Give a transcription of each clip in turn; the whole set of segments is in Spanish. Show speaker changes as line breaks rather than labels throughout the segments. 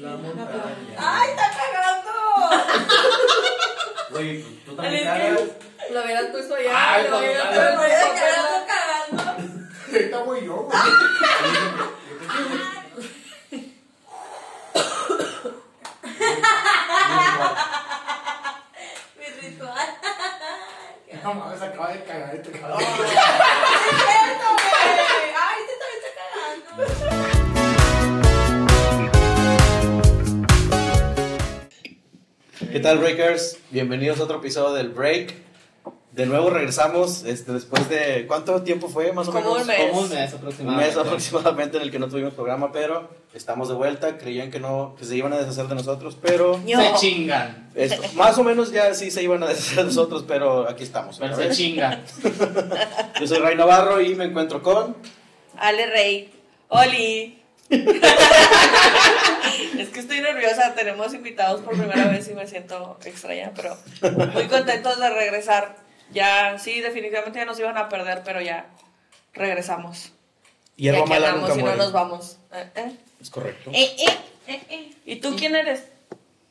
la montaña.
¡Ay, está cagando!
Güey, pues, tú
Al
también
escribir.
cagas.
Lo hubieras puesto allá.
Ay,
lo
cuando
hubieras
salga.
Me
puesto
parece
en el
que ando
papel.
cagando.
Ahorita voy yo, güey.
Mi ritual.
No mames, acaba de cagar este cabrón.
¡Es cierto, güey! ¡Ay, este también está cagando!
¿Qué tal, Breakers? Bienvenidos a otro episodio del Break. De nuevo regresamos este, después de. ¿Cuánto tiempo fue? Más o
Como
menos.
un mes.
Como un mes
Un mes
aproximadamente.
aproximadamente en el que no tuvimos programa, pero estamos de vuelta. Creían que no, que se iban a deshacer de nosotros, pero.
Se chingan.
esto, más o menos ya sí se iban a deshacer de nosotros, pero aquí estamos.
Pero
otra
se
vez.
chingan.
Yo soy Ray Navarro y me encuentro con.
Ale Rey. Oli. es que estoy nerviosa. Tenemos invitados por primera vez y me siento extraña, pero muy contentos de regresar. Ya, sí, definitivamente ya nos iban a perder, pero ya regresamos.
Hierba
aquí
mala
andamos
nunca
y
muere.
no nos vamos. Eh, eh.
Es correcto.
Eh, eh, eh, eh. ¿Y tú quién eres?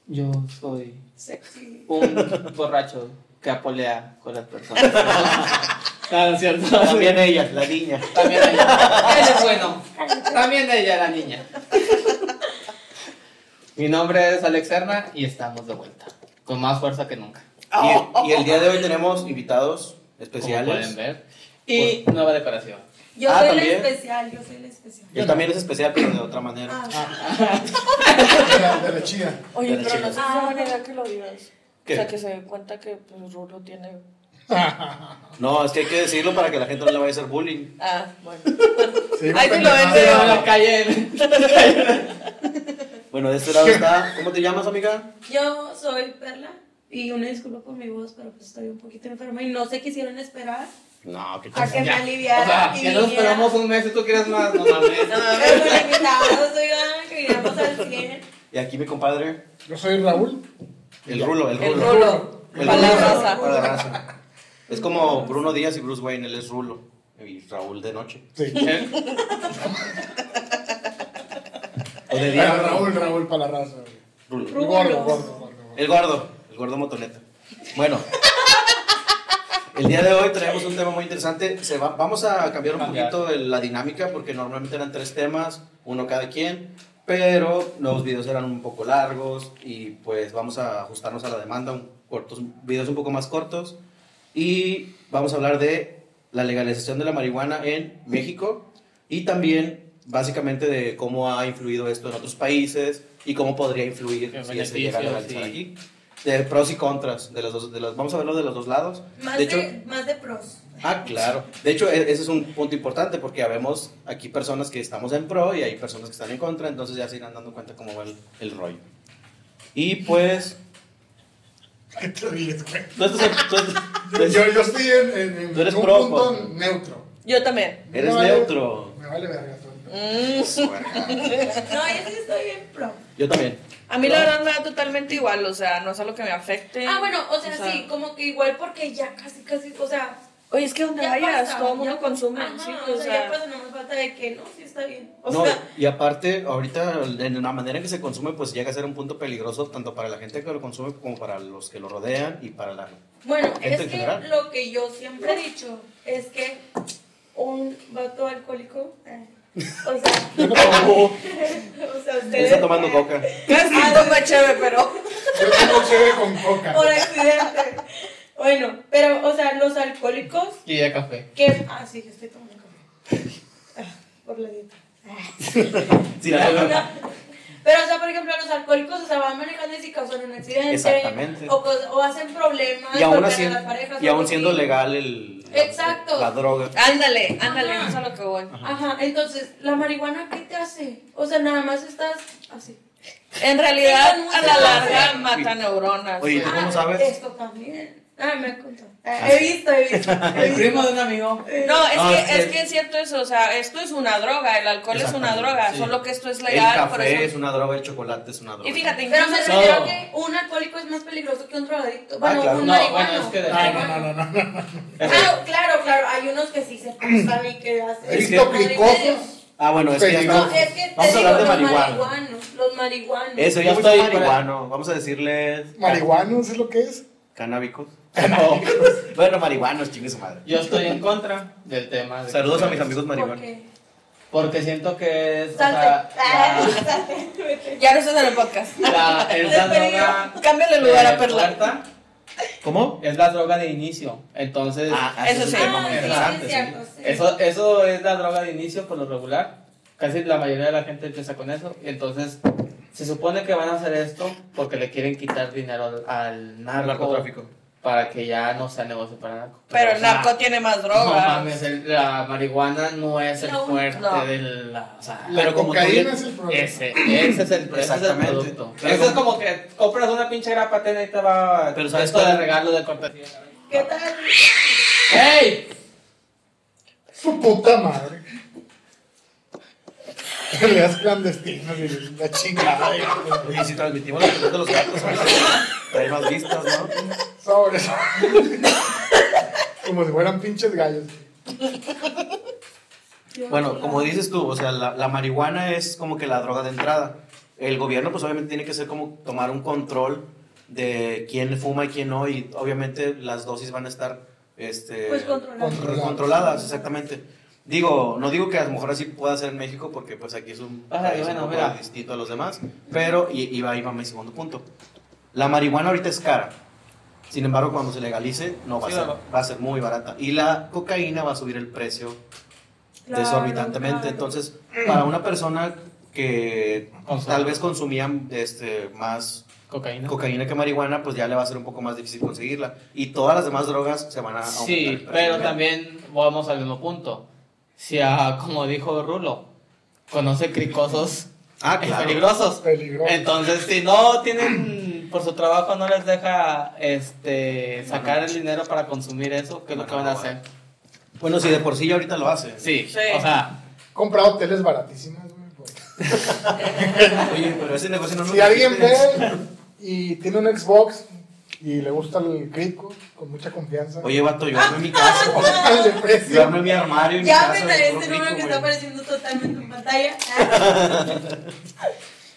Yo soy
Sexy.
un borracho que apolea con las personas. Ah, no es cierto.
También ella, la niña.
También ella. Él es bueno. También ella, la niña. Mi nombre es Alex Serna y estamos de vuelta. Con más fuerza que nunca.
Oh.
Y, y el día de hoy tenemos invitados
Como pueden
especiales.
ver. Y nueva decoración.
Yo
Ah,
soy
también.
la especial, yo soy la especial.
Él también es especial, pero de otra manera.
Ah,
De la, de la chida.
Oye,
Pero
pero no sé
chido.
si es buena idea que lo digas.
¿Qué?
O sea, que se den cuenta que pues, Rulo tiene.
No, es que hay que decirlo para que la gente no le vaya a hacer bullying.
Ah, bueno.
Sí,
Ay, sí lo
pendejadas.
vende,
Pero la calle.
Bueno, de este lado está. ¿Cómo te llamas, amiga?
yo soy Perla. Y una disculpa por mi voz, pero pues estoy un poquito enferma y no se quisieron esperar
No, qué
a que me
Ya.
aliviara.
o sea,
y
ya nos
viniera.
esperamos un mes y tú quieres más. No mames.
Pero con invitados, oigan, que viniéramos al 100.
Y aquí mi compadre,
Yo soy Raúl.
el rulo, el rulo.
El Rulo.
El
Para la
rulo,
raza.
para la raza. Es como Bruno Díaz y Bruce Wayne, él es rulo. Y Raúl de noche.
Sí.
¿Eh?
O de día.
Pero Raúl, Raúl para la raza. güey.
Rulo.
El gordo, gordo, gordo.
El gordo, el gordo motoneta. Bueno. El día de hoy traemos un tema muy interesante. Se va- vamos a cambiar un
Cambiar.
poquito el- la dinámica porque normalmente eran tres temas, uno cada quien, pero los videos eran un poco largos y pues vamos a ajustarnos a la demanda, un- cortos, videos un poco más cortos y vamos a hablar de la legalización de la marihuana en México y también básicamente de cómo ha influido esto en otros países y cómo podría influir
Qué
si se llega a
beneficios,
legalizar
sí.
aquí. De pros y contras de las dos, de las, vamos a verlo de los dos lados.
Más de,
de hecho,
más de pros.
ah, claro. De hecho, e- ese es un punto importante porque habemos aquí personas que estamos en pro y hay personas que están en contra, entonces ya se irán dando cuenta cómo va el, el rollo. Y pues,
¿Qué te ríes, güey?
tú estás- tú
Yo,
estás-
yo, yo estoy en, en- en
Tú eres
un
pro,
punto
po.
neutro.
Yo también.
Eres
Me vale-
neutro.
Me vale verga todo.
No,
Mm.
yo sí estoy bien pro.
yo también.
A mí la verdad me da totalmente igual, o sea, no es algo que me afecte.
Ah, bueno, o sea,
O sea-
sí, como que igual porque ya casi, casi, o sea,
Oye, es que donde
ya
vayas,
pasa,
todo el
ya
mundo
pasa.
consume,
Ajá,
sí,
o sea, ya pasa, no más falta de que no, sí está bien. O
No,
sea,
y aparte, ahorita, en la manera en que se consume, pues llega a ser un punto peligroso tanto para la gente que lo consume como para los que lo rodean y para la...
bueno,
gente
es
en
que
general.
lo que yo siempre he dicho es que un vato alcohólico, eh, o sea, o sea,
Él
ustedes...
está tomando coca.
Casi toma chévere, pero.
Yo tengo cheve con coca.
Por accidente. bueno, pero, o sea, los alcohólicos
Y ya café.
que... Ah, sí, yo estoy tomando café. Ah, por la dieta.
Sí, la verdad.
No. Pero, o sea, por ejemplo, los alcohólicos, o sea, van manejando y si causan un accidente.
Exactamente.
O, cos- o hacen problemas.
y aún,
golpean a
así-
las parejas,
y
o
aún
algo
siendo
así.
legal el, la-
Exacto.
la droga.
Ándale, ándale,
Ajá.
eso es a lo que voy.
Ajá, entonces, ¿la marihuana qué te hace? O sea, nada más estás así.
En realidad,
Tengo
a la
mucho
larga
hambre.
mata neuronas.
Oye,
güey.
¿tú cómo
Ah,
sabes?
Esto también. Ah, me contó. Ah, He visto, he visto. he visto.
El primo de un amigo.
No, es,
No,
que,
es que-
es que es cierto eso, o sea, esto es una droga, el alcohol es una
Exactamente,
droga,
sí.
solo que esto es
El
legal, por
café
eso.
es una droga, el chocolate es una droga.
Y fíjate,
Pero me
incluso
refiero
No.
que un alcohólico es más peligroso que un drogadicto. Bueno,
Ah, claro.
un
No,
marihuano. Ah,
bueno, es que de-
Ah, No, no, no, no, no. no.
Claro, claro, claro. Hay unos que sí se pasan y que hacen.
He visto
madre y
cricosos.
medio.
Ah, bueno, es que ya
Peligroso.
No,
estamos.
es que te
Vamos a
digo,
hablar de
los
marihuana.
marihuanos. Los marihuanos.
Eso, ya
Yo
estoy.
estoy marihuano. Vamos a decirles.
¿Marihuanos es lo que es?
Canábicos. No. bueno, marihuanos, chingue su madre.
Yo estoy en contra del tema. de-
Saludos a mis amigos
¿Por
marihuanos.
qué?
Porque siento que es. o sea,
Salte.
la-
Salte. Vete.
Ya no estás en el podcast.
la- es la droga.
Cámbiale el lugar a
de
Perla.
puerta,
¿Cómo?
Es la droga de inicio. Entonces.
eso sí.
Ah, sí, sí, es cierto, sí.
Eso, eso es la droga de inicio por lo regular. Casi la mayoría de la gente empieza con eso. Entonces, se supone que van a hacer esto porque le quieren quitar dinero al, al narco.
narcotráfico.
Para que ya no sea negocio para narco.
Pero el
o sea,
narco tiene más
No
droga.
mames, el- la marihuana no es el
No,
fuerte
no.
de la. O sea,
Pero
La
como tú
cocaína
bien-
es el problema.
ese, ese es el, ese es el
Exactamente.
producto.
Pero
eso es
como-
como que compras una pinche grapatena y te va.
Pero ¿sabes
esto de
cuál?
regalo de cortesía.
¿Qué tal?
¡Ey!
Su puta madre. Peleas clandestinas y la chingada.
Y si transmitimos la pelota de los gatos, trae más vistas, ¿no?
Sobre Como si fueran pinches gallos.
Bueno, como dices tú, o sea, la, la marihuana es como que la droga de entrada. El gobierno, pues obviamente tiene que ser como tomar un control de quién fuma y quién no, y obviamente las dosis van a estar este,
Pues controladas.
controladas, controladas, exactamente. Digo, no digo que a lo mejor así pueda ser en México, porque pues aquí es un
Ay,
país un
bueno,
poco
mira.
distinto a los demás, pero, y, y va, ahí va mi segundo punto. La marihuana ahorita es cara. Sin embargo, cuando se legalice, no va,
Sí,
a, ser,
va.
va a ser muy barata. Y la cocaína va a subir el precio
Claro,
desorbitantemente.
claro.
Entonces, para una persona que
Consumo.
tal vez consumía este, más
Cocaína.
cocaína que marihuana, pues ya le va a ser un poco más difícil conseguirla. Y todas las demás drogas se van a aumentar. el
Sí,
precio.
pero también vamos al mismo punto. Si, ah, como dijo Rulo, conoce cricosos
Ah,
y
claro.
peligrosos.
Peligroso.
Entonces, si no tienen, por su trabajo no les deja este, sacar el dinero para consumir eso, ¿qué es lo que van a hacer?
Bueno, si de por sí ya ahorita lo hace.
Sí,
Sí.
o sea,
Compra hoteles baratísimas, güey. por-
Oye, pero ese negocio no nos
Si alguien ve
existe.
y tiene un Xbox y le gusta el crico con mucha confianza.
Oye, vato, yo armo en mi casa.
el de
Yo
precio.
armo en mi armario. en mi
Ya
casa,
me
de
trae
puro
este número
rico,
que
güey.
está apareciendo totalmente en pantalla. Ah,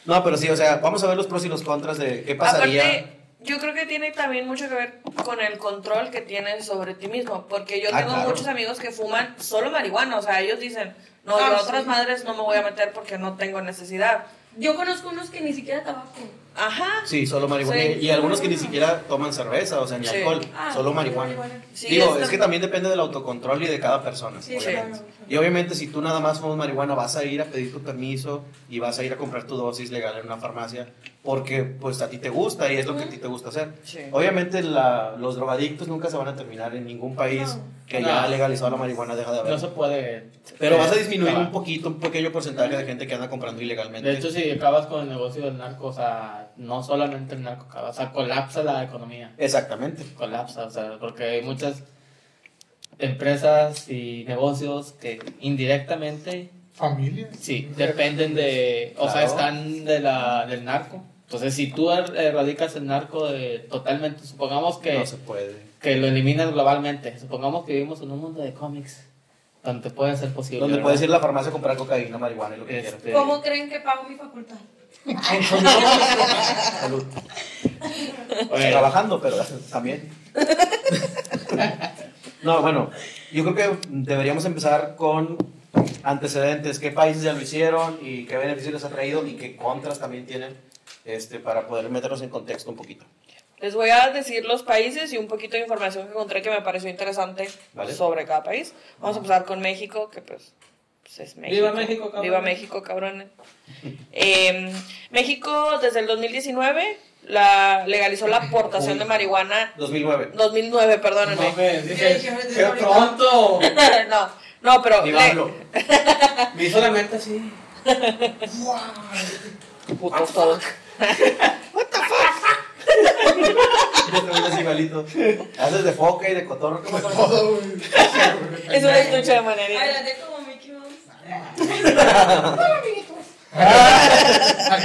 No, pero sí, o sea, vamos a ver los pros y los contras de qué pasaría.
Aparte, yo creo que tiene también mucho que ver con el control que tienes sobre ti mismo. Porque yo
Ah,
tengo
claro.
muchos amigos que fuman solo marihuana. O sea, ellos dicen, no,
Ah,
yo a
sí.
otras madres no me voy a meter porque no tengo necesidad.
Yo conozco unos que ni siquiera tabaco.
Ajá.
Sí, solo marihuana.
Sí.
Y algunos que ni siquiera toman cerveza, o sea, ni
Sí.
alcohol,
Ah,
solo
sí,
marihuana.
marihuana.
Sí,
Digo,
es
es que
lo-
también depende del autocontrol y de cada persona.
Sí,
obviamente.
claro.
Y obviamente si tú nada más fumas marihuana vas a ir a pedir tu permiso y vas a ir a comprar tu dosis legal en una farmacia porque pues a ti te gusta y es lo que a ti te gusta hacer.
Sí.
Obviamente la- los drogadictos nunca se van a terminar en ningún país
No.
que ya
No.
ha legalizado la marihuana deja de haber.
no se puede.
Pero
eh,
vas a disminuir
acabar.
un poquito, un pequeño porcentaje de gente que anda comprando ilegalmente.
De hecho, si acabas con el negocio del narco, o sea, no solamente el narco acaba, o sea, colapsa la economía.
Exactamente.
colapsa, o sea, porque hay muchas empresas y negocios que indirectamente,
Familia.
sí, dependen de, o sea,
Claro.
están de la, del narco. Entonces, si tú er- erradicas el narco de, totalmente, supongamos que,
No se puede.
que lo eliminas globalmente, supongamos que vivimos en un mundo de cómics, donde puede ser posible.
Donde
¿verdad?
puedes ir a la farmacia a comprar cocaína, marihuana y lo que quieras.
Este,
¿Cómo creen que pago mi facultad?
Salud.
oye,
Trabajando, pero también. no, bueno, yo creo que deberíamos empezar con antecedentes, qué países ya lo hicieron y qué beneficios les ha traído y qué contras también tienen este, para poder meternos en contexto un poquito.
Les voy a decir los países y un poquito de información que encontré que me pareció interesante
Vale.
sobre cada país. Vamos a empezar con México, que pues, pues es México.
Viva México, cabrones.
Viva México, cabrones. Eh, México desde el 2019 la legalizó la aportación de marihuana.
2009.
2009,
no
perdónenme.
me- dije, ¡Qué pronto!
No, no, pero
Ni
le-
hablo.
Vi solamente así.
putos todos.
Yo también así igualito. Haces de foca y de cotorro. ¿cómo son?
Todo, güey.
Es una estuche de manera.
Adelante como Mickey Mouse.
Ahí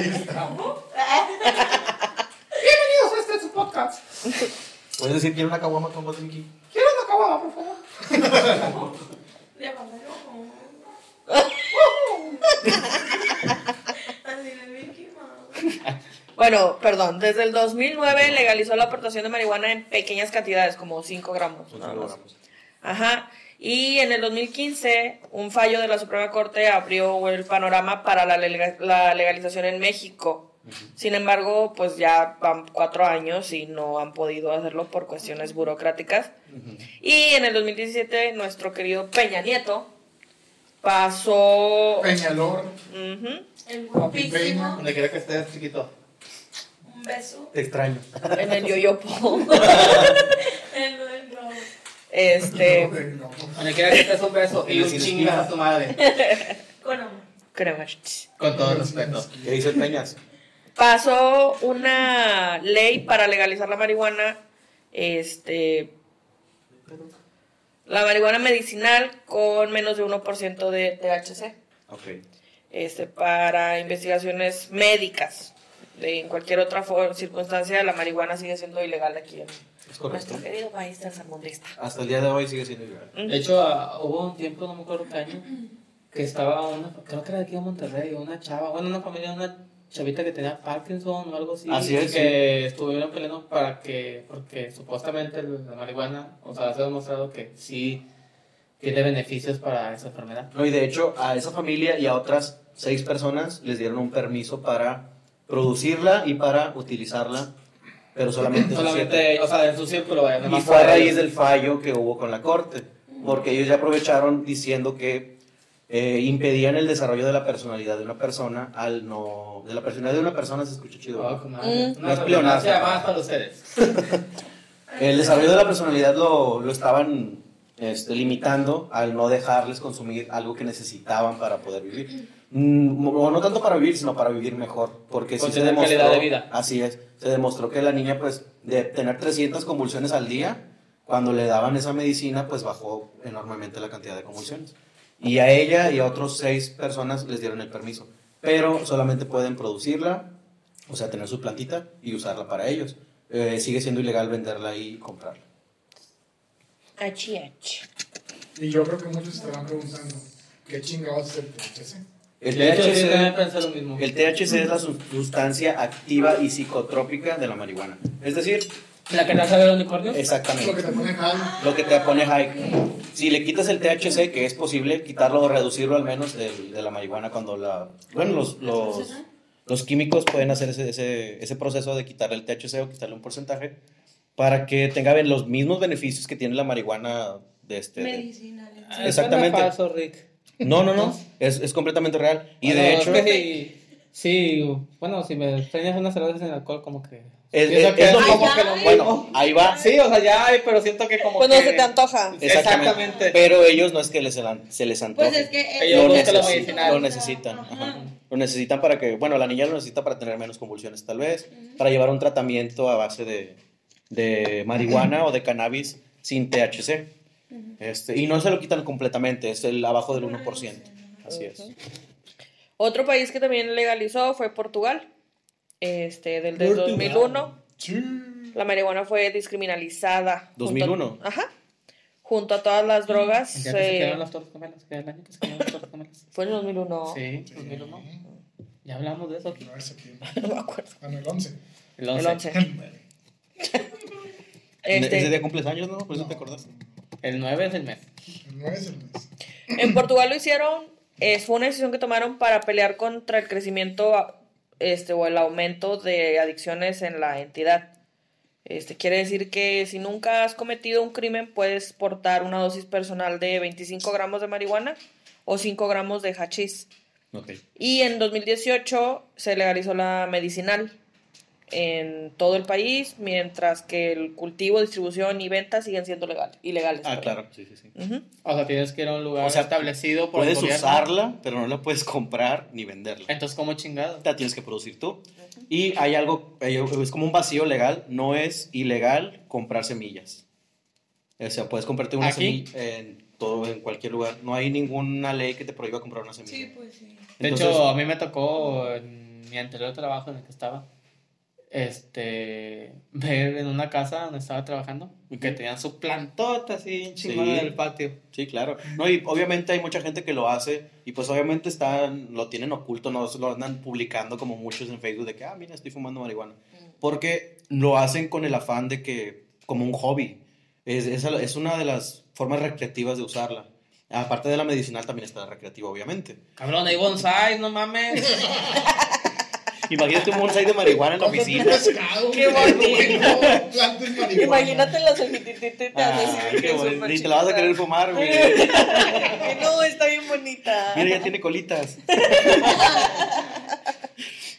está.
Ah,
Bienvenidos a este su podcast.
¿Puedes decir quién es una caguama con voz de Mickey?
¿Quieren una acabada, por favor?
Le pasé como...
Bueno, perdón, desde el 2009 legalizó la aportación de marihuana en pequeñas cantidades, como 5 gramos.
Ocho
nada más.
gramos.
Ajá. Y en el 2015, un fallo de la Suprema Corte abrió el panorama para la, lega- la legalización en México. Sin embargo, pues ya van cuatro años y no han podido hacerlo por cuestiones burocráticas. Y en el 2017, nuestro querido Peña Nieto pasó...
Peñalor.
Ujú.
El guapísimo.
Donde quiera que estés, chiquito.
Un beso.
Te extraño.
en el yoyopo.
El del globo.
Este,
No, no.
Donde quiera que estés, un beso
En
y
la
un
esquina.
chingas a tu madre.
Con amor.
crema.
Con todo respeto.
¿Qué dice Peñas?
Pasó una ley para legalizar la marihuana, este, la marihuana medicinal con menos de 1% de THC,
Ok.
este, para investigaciones médicas. De- en cualquier otra for- circunstancia, la marihuana sigue siendo ilegal aquí en
Es correcto.
nuestro querido país tercermundista.
Hasta el día de hoy sigue siendo ilegal.
De hecho, ah, hubo un tiempo, no me acuerdo qué año, que estaba una, creo que era de aquí de Monterrey, una chava, bueno, una familia, una chavita que tenía Parkinson o algo así.
Así es,
y Que estuvieron peleando para que, porque supuestamente la marihuana, o sea, se ha demostrado que sí tiene beneficios para esa enfermedad.
No, y de hecho, a esa familia y a otras seis personas les dieron un permiso para producirla y para utilizarla, pero solamente, esos siete.
Solamente, o sea, en su círculo, vaya, nada
Y
más
fue a
para
raíz
ellos.
del fallo que hubo con la corte, porque ellos ya aprovecharon diciendo que eh, impedían el desarrollo de la personalidad de una persona al no. De la personalidad de una persona se escucha chido.
Oh,
¿no?
con madre.
Mm. No
Una
es
redundancia
pleonasmo.
más para ustedes.
El desarrollo de la personalidad lo, lo estaban este, limitando al no dejarles consumir algo que necesitaban para poder vivir. Mm, O no tanto para vivir, sino para vivir mejor. Porque sí
Con
se
tener
demostró.
calidad de vida.
Así es. Se demostró que la niña, pues, de tener 300 convulsiones al día, cuando le daban esa medicina, pues bajó enormemente la cantidad de convulsiones. Y a ella y a otros seis personas les dieron el permiso. Pero solamente pueden producirla, o sea, tener su plantita y usarla para ellos. Eh, sigue siendo ilegal venderla y comprarla.
Achi, achi.
Y yo creo que muchos estarán preguntando, ¿qué chingados es el THC?
El
De hecho, sí, también
THC,
pensé lo mismo.
el THC es la su- sustancia activa y psicotrópica de la marihuana. Es decir,
¿La que te hace ver unicornios?
Es lo que
exactamente.
te ponen high.
Lo que te pone high. Si le quitas el THC, que es posible quitarlo o reducirlo al menos del- de, la marihuana cuando la... Bueno, los, los, los químicos pueden hacer ese, ese, ese proceso de quitarle el THC o quitarle un porcentaje para que tenga los mismos beneficios que tiene la marihuana de este... de-
Medicinal.
Ah, suena
Exactamente.
falso, Rick.
No, no, no. Es, es completamente real. Y
Bueno,
de hecho...
es que sí, sí, bueno, si me extrañas unas cervezas sin alcohol, como que.
Es-
Siento
es-
que
es lo
como
mismo.
que lo
Bueno, ahí va.
Sí, o sea, ya hay, pero siento que como.
Pues no
que-
se te antoja.
Exactamente.
Pero ellos no es que les, se les antoje.
Pues es que
Ellos
lo,
buscan lo
necesitan,
medicinal.
lo necesitan, ajá. Lo necesitan para que, bueno, la niña lo necesita para tener menos convulsiones tal vez, para llevar un tratamiento a base de, de marihuana o de cannabis sin THC. Este, y no se lo quitan completamente, es el abajo del 1%.
Ah,
Así es.
Otro país que también legalizó fue Portugal. Este, del del
Portugal.
2001.
Sí.
La marihuana fue discriminalizada. junto-
2001.
ajá. Junto a todas las drogas.
Ya que se
eh,
quedaron las torres gemelas, que era el año que se quedaron las torres gemelas.
fue en 2001.
Sí, 2001. Ya hablamos de eso aquí.
No, el septiembre.
No me acuerdo.
Ah, no, el 11.
El
El 11.
11. Este,
Ese día cumples años, ¿no? Por eso te acordaste.
El 9 es el mes.
El 9 es el mes.
en Portugal lo hicieron. eh, fue una decisión que tomaron para pelear contra el crecimiento a- este, o el aumento de adicciones en la entidad. Este, quiere decir que si nunca has cometido un crimen, puedes portar una dosis personal de 25 gramos de marihuana o 5 gramos de hachís.
Ok.
Y en 2018 se legalizó la medicinal en todo el país, mientras que el cultivo, distribución y venta siguen siendo legal, ilegales.
Ah,
perdón.
claro. Sí, sí, sí.
Ujú.
O sea, tienes que ir a un lugar
O sea,
establecido por el
Puedes
gobierno.
usarla, pero no la puedes comprar ni venderla.
Entonces, ¿cómo chingado?
la tienes que producir tú. Y hay algo, hay- es como un vacío legal, no es ilegal comprar semillas. O sea, puedes comprarte una
¿Aquí?
semilla en todo, en cualquier lugar. No hay ninguna ley que te prohíba comprar una semilla.
Sí, pues sí.
De
Entonces,
hecho, a mí me tocó en mi anterior trabajo en el que estaba. este, ver en una casa donde estaba trabajando y que tenían su plantota así bien chingona
Sí.
del patio.
Sí, claro. No, y obviamente hay mucha gente que lo hace y pues obviamente están, lo tienen oculto, no lo andan publicando como muchos en Facebook de que, ah, mira, estoy fumando marihuana.
Mm.
Porque lo hacen con el afán de que, como un hobby, es, es, es una de las formas recreativas de usarla. Aparte de la medicinal también está la recreativa, obviamente.
Cabrón, hay bonsai, no mames.
Imagínate un bonsai de marihuana en la oficina.
Qué bonito.
Plantas marihuana.
Imagínate las ojititititas así
Ay,
de
Ah, qué
que
bonito.
súper
Ni te la vas a
chiquitas.
querer fumar, güey.
Ay, No, está bien bonita.
Mira, ya tiene colitas.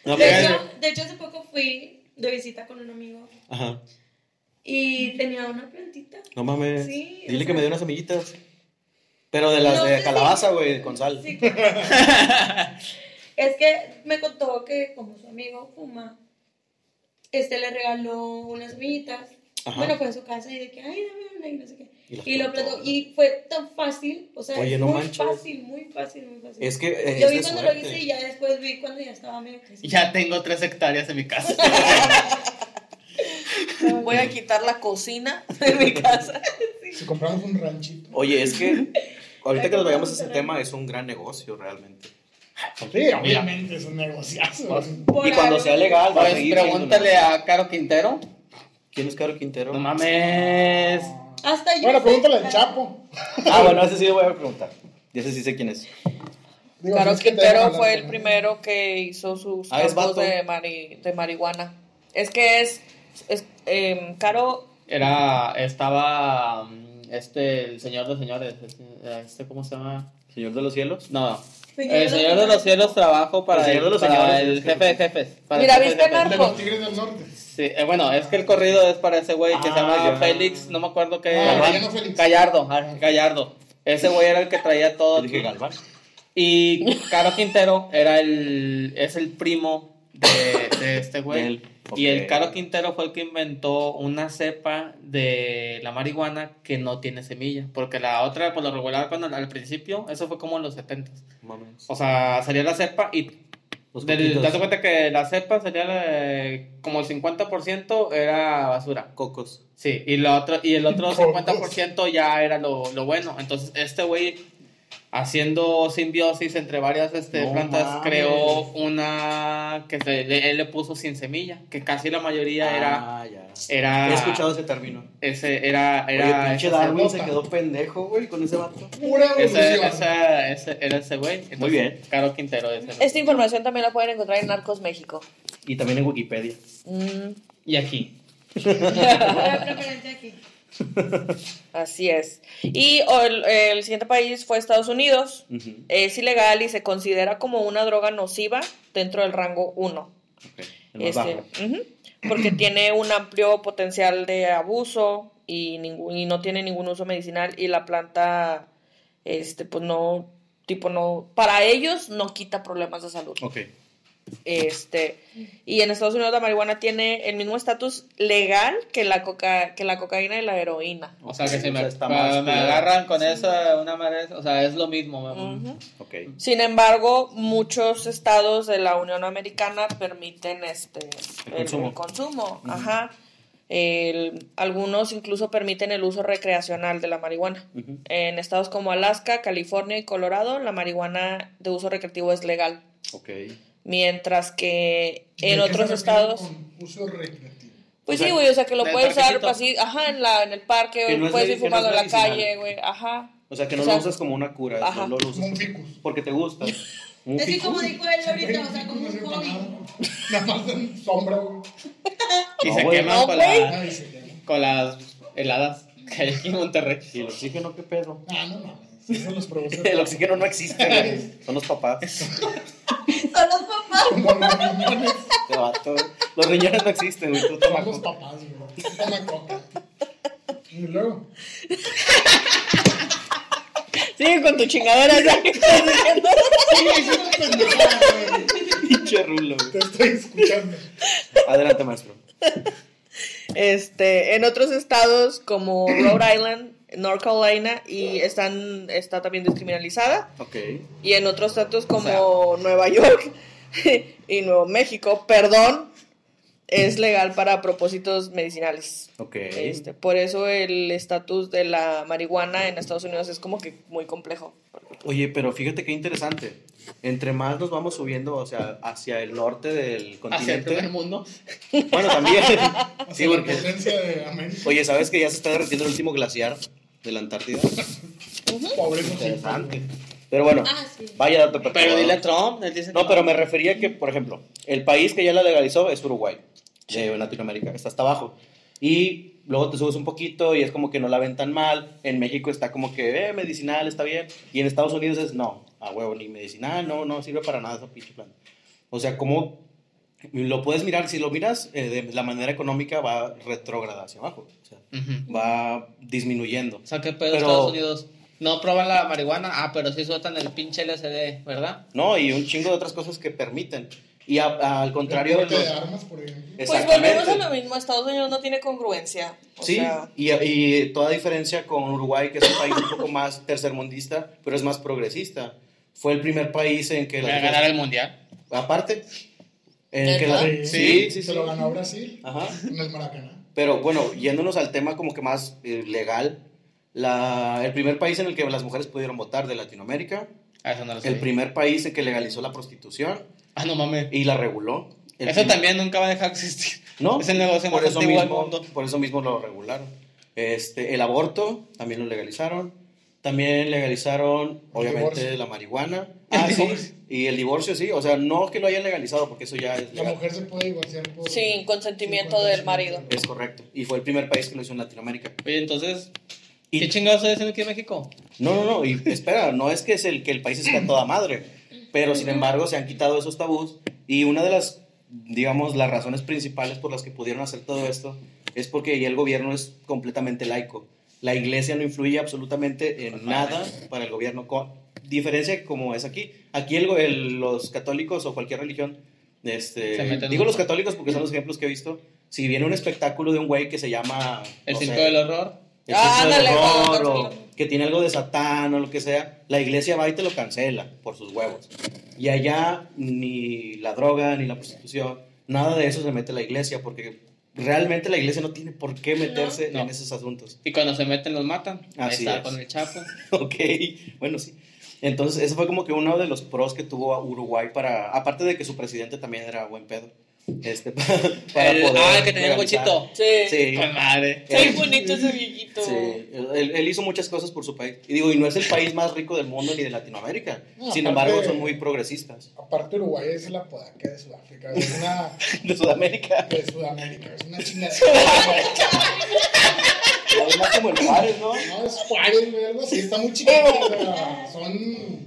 No,
De
pero-
hecho, de hecho, hace poco fui de visita con un amigo
Ajá.
y tenía una plantita.
No mames.
Sí, o
Dile que
sea-
me dé unas semillitas. Pero de las
No,
de
sí,
calabaza,
sí.
güey, con sal.
Sí. es que me contó que como su amigo fuma, este le regaló unas semillitas.
Ajá.
Bueno, fue en su casa y de que, ay, dame una y no sé qué.
Y las
Y lo
plantó.
plantó. Y fue tan fácil, o sea,
Oye,
es
no
muy
manches.
fácil, muy fácil, muy fácil.
Es que eh,
Yo
es
vi
de
cuando
suerte.
lo hice y ya después vi cuando ya estaba medio crecido.
Ya tengo tres hectáreas en mi casa.
Pues
Voy a quitar la cocina de mi casa.
Si compramos un ranchito.
Oye, es que ahorita que nos vayamos a ese
Pero-
tema es un gran negocio realmente.
Sí, obviamente.
Obviamente es un negociazo.
Pues,
Por
Y cuando
algo-
sea legal, va a
Pues
seguir
pregúntale
siendo un-
a Caro Quintero.
¿Quién es Caro Quintero?
No mames.
Hasta yo.
Bueno,
sé-
pregúntale al Chapo.
Ah, bueno, ese sí le voy a preguntar. Ya sé sí sé quién es.
Digo,
Claro,
si es que te
Quintero
dejan
fue
hablar
el
con
primero que hizo sus
Ah, es
campos
vato.
de, mari- de marihuana. Es que es, es em, Caro,
Era, estaba mm, este, el señor de señores. este, Este, ¿cómo se llama?
Señor de los cielos.
No, no.
Señor
El señor de los cielos trabajo para
El
el,
Señor de los
para
Señores,
el
es que-
jefe de jefes. para el
Mira,
jefe de
¿viste
jefes.
De
Narcos?
los Tigres del Norte.
Sí, eh, bueno, es que el corrido es para ese güey que
Ah,
se llama
ya.
Félix, no me acuerdo qué.
Ah,
Gallardo,
Mariano Félix.
Gallardo, ah, Gallardo. Ese güey era el que traía
Yo
todo.
dije Galván.
Y Caro Quintero era el, es el primo de, de este güey.
De él.
Y el
Ok.
Caro Quintero fue el que inventó una cepa de la marihuana que no tiene semilla. Porque la otra, por lo regular, cuando al principio, eso fue como en los 70
Mames.
O sea, salía la cepa y
Los
del-
coquitos.
date cuenta que la cepa salía la de- como el 50% era basura.
Cocos.
Sí, y, la otra, y el otro
Cocos.
50% ya era lo, lo bueno. Entonces, este güey, haciendo simbiosis entre varias este,
No
plantas,
mames.
creó una que se- le- él le puso sin semilla, que casi la mayoría
Ah, ya.
era... era
He escuchado ese término.
Ese, era...
Oye,
era
pinche
esa-
Darwin se
cerota.
quedó pendejo, güey, con ese vato.
Pura
ese-
evolución.
esa- ese- era ese güey. Entonces,
bien.
Caro Quintero. ese güey.
esta información también la pueden encontrar en Narcos México.
Y también en Wikipedia.
Mm,
Y aquí.
Ahora, Ah, preferente aquí.
así es. Y o, el, el siguiente país fue Estados Unidos.
Ujú.
Es ilegal y se considera como una droga nociva dentro del rango 1.
Ok. El más
Este,
bajo.
ujú, porque tiene un amplio potencial de abuso y, ningún, y no tiene ningún uso medicinal y la planta, este, pues no, tipo no, para ellos no quita problemas de salud.
Ok.
Este, y en Estados Unidos la marihuana tiene el mismo estatus legal que la, coca, que la cocaína y la heroína.
O sea, que
Ok,
si
o
me,
sea, está
me
más cuidado.
agarran con esa, una madre, o sea, es lo
Ah,
mismo.
Ujú.
Ok.
Sin embargo, muchos estados de la Unión Americana permiten este
El
el,
consumo.
el consumo. Ajá. El- algunos incluso permiten el uso recreacional de la marihuana.
Ujú.
En estados como Alaska, California y Colorado, la marihuana de uso recreativo es legal,
Ok.
mientras que
¿De
en
qué
otros
se refiere
estados
con Uso recreativo.
pues
O sea,
sí, güey, o sea que lo
del
puedes usar
parquecito.
así, ajá, en la en el parque,
Que
o
no es
puedes
medi-
ir
que no es
fumando en la
medicinal.
calle, güey, ajá.
O sea, que no
O sea,
lo usas como una cura, no
ajá.
lo usas
Como un ficus.
porque te gusta. Un
Así
ficus.
como dijo él ahorita, o sea,
Güey,
como
no
un
sirve para
hobby.
nada. Nada más en sombra, güey.
Y
No,
se
güey.
queman
No,
con,
güey.
la-
Ay, se te-
con las heladas que hay aquí en Monterrey.
¿Y el oxígeno qué pedo?
Ah, no mames. Eso los produce.
El oxígeno no existe, güey. Son los papás.
Son los papás.
Como los riñones.
Te Este vato. Los riñones no existen, güey. Tú tomas
Son los
coca.
papás, güey. Toma coca. Y luego.
Sigue con tu chingadera ya que estás diciendo.
Sí, es una pendejada, güey.
Pinche rulo, güey.
Te estoy escuchando.
Adelante, maestro.
Este, en otros estados como Rhode Island, North Carolina y están está también descriminalizada
Ok.
y en otros estados como Nueva York y Nuevo México, perdón, es legal para propósitos medicinales.
Ok.
Este, por eso el estatus de la marihuana en Estados Unidos es como que muy complejo.
Oye, pero fíjate qué interesante. Entre más nos vamos subiendo, o sea, hacia el norte del
Hacia el primer
continente.
mundo.
Bueno, también.
Hacia
Sí,
la
porque-
potencia de América.
Oye, ¿sabes que ya se está derritiendo el último glaciar de la Antártida?
Pobre
Interesante. Pero bueno,
Ah, sí.
vaya dato
Pero
perturbador.
dile a Trump, él dice que
No, pero me refería que, por ejemplo, el país que ya la legalizó es Uruguay, de Latinoamérica, está hasta abajo. Y luego te subes un poquito y es como que no la ven tan mal. En México está como que, eh, medicinal, está bien. Y en Estados Unidos es, no, a huevo, ni medicinal, no, no sirve para nada esa pinche planta. O sea, como lo puedes mirar, si lo miras eh, de la manera económica va retrógrada hacia abajo, o sea,
Ujú.
va disminuyendo.
O sea, ¿qué pedo
Pero-
Estados Unidos? No prueban la marihuana, ah, pero sí sueltan el pinche LSD, ¿verdad?
No, y un chingo de otras cosas que permiten. Y a- al contrario de
Porte de
los...
armas, por ejemplo.
Pues
Exactamente.
volvemos a lo mismo, Estados Unidos no tiene congruencia. O
Sí,
sea,
y, y toda diferencia con Uruguay, que es un país un poco más tercermundista, pero es más progresista. Fue el primer país en que...
Para
las-
ganar el mundial.
Aparte, en que la-
Ah, Sí,
Sí, sí, sí.
Se lo ganó Brasil
Ajá.
en el Maracaná.
Pero bueno, yéndonos al tema como que más eh, legal, la, el primer país en el que las mujeres pudieron votar de Latinoamérica,
Ah, eso no lo
el
sé.
primer país en que legalizó la prostitución
Ah, no mames.
y la reguló. El
Eso
prim-
también nunca va a dejar de existir.
¿No?
Es el negocio
por
más
eso
antiguo del
mismo,
mundo.
Por eso mismo lo regularon. Este, el aborto también lo legalizaron. También legalizaron, obviamente,
divorcio.
la marihuana.
Ah, sí.
Y el divorcio, sí. O sea, no que lo hayan legalizado, porque eso ya es
La
legal.
mujer se puede divorciar por.
sin consentimiento
sin consentimiento.
del marido.
Es correcto. Y fue el primer país que lo hizo en Latinoamérica.
Oye, entonces,
Y-
¿qué chingados estoy haciendo aquí en México?
No, no, no. Y espera, no es que, es el, que el país esté a toda madre. Pero, sin embargo, se han quitado esos tabús. Y una de las, digamos, las razones principales por las que pudieron hacer todo esto es porque ya el gobierno es completamente laico. La iglesia no influye absolutamente en nada para el gobierno. co- Diferencia como es aquí. Aquí el, go- el- los católicos o cualquier religión, este,
Se meten
digo los
mucho.
católicos porque son los ejemplos que he visto. Si viene un espectáculo de un güey que se llama...
El
no
circo
sé,
del horror.
el
Ah,
sexo del
ándale,
horror,
no,
o que tiene algo de satán o lo que sea, la iglesia va y te lo cancela por sus huevos. Y allá ni la droga, ni la prostitución, nada de eso se mete la iglesia, porque realmente la iglesia no tiene por qué meterse
No.
en esos asuntos.
Y cuando se meten los matan. Ahí
Así
está
es.
con el Chapo.
ok, bueno, sí. Entonces, ese fue como que uno de los pros que tuvo a Uruguay para, aparte de que su presidente también era buen pedo. Este, para
El-
poder
ah, el que tenía el
legalizar.
bochito.
Sí.
Sí.
Con madre.
Soy bonito ese viejito.
Sí, él, él hizo muchas cosas por su país. Y digo, y no es el país más rico del mundo ni de Latinoamérica.
No,
Sin
aparte-
embargo, son muy progresistas.
Aparte, Uruguay es la podaca de Sudáfrica. Es una.
De Sudamérica.
de Sudamérica. Es una chingada.
Además, como el Juárez, ¿no?
No, es Juárez, güey, algo así. Está muy chiquito. o sea, son.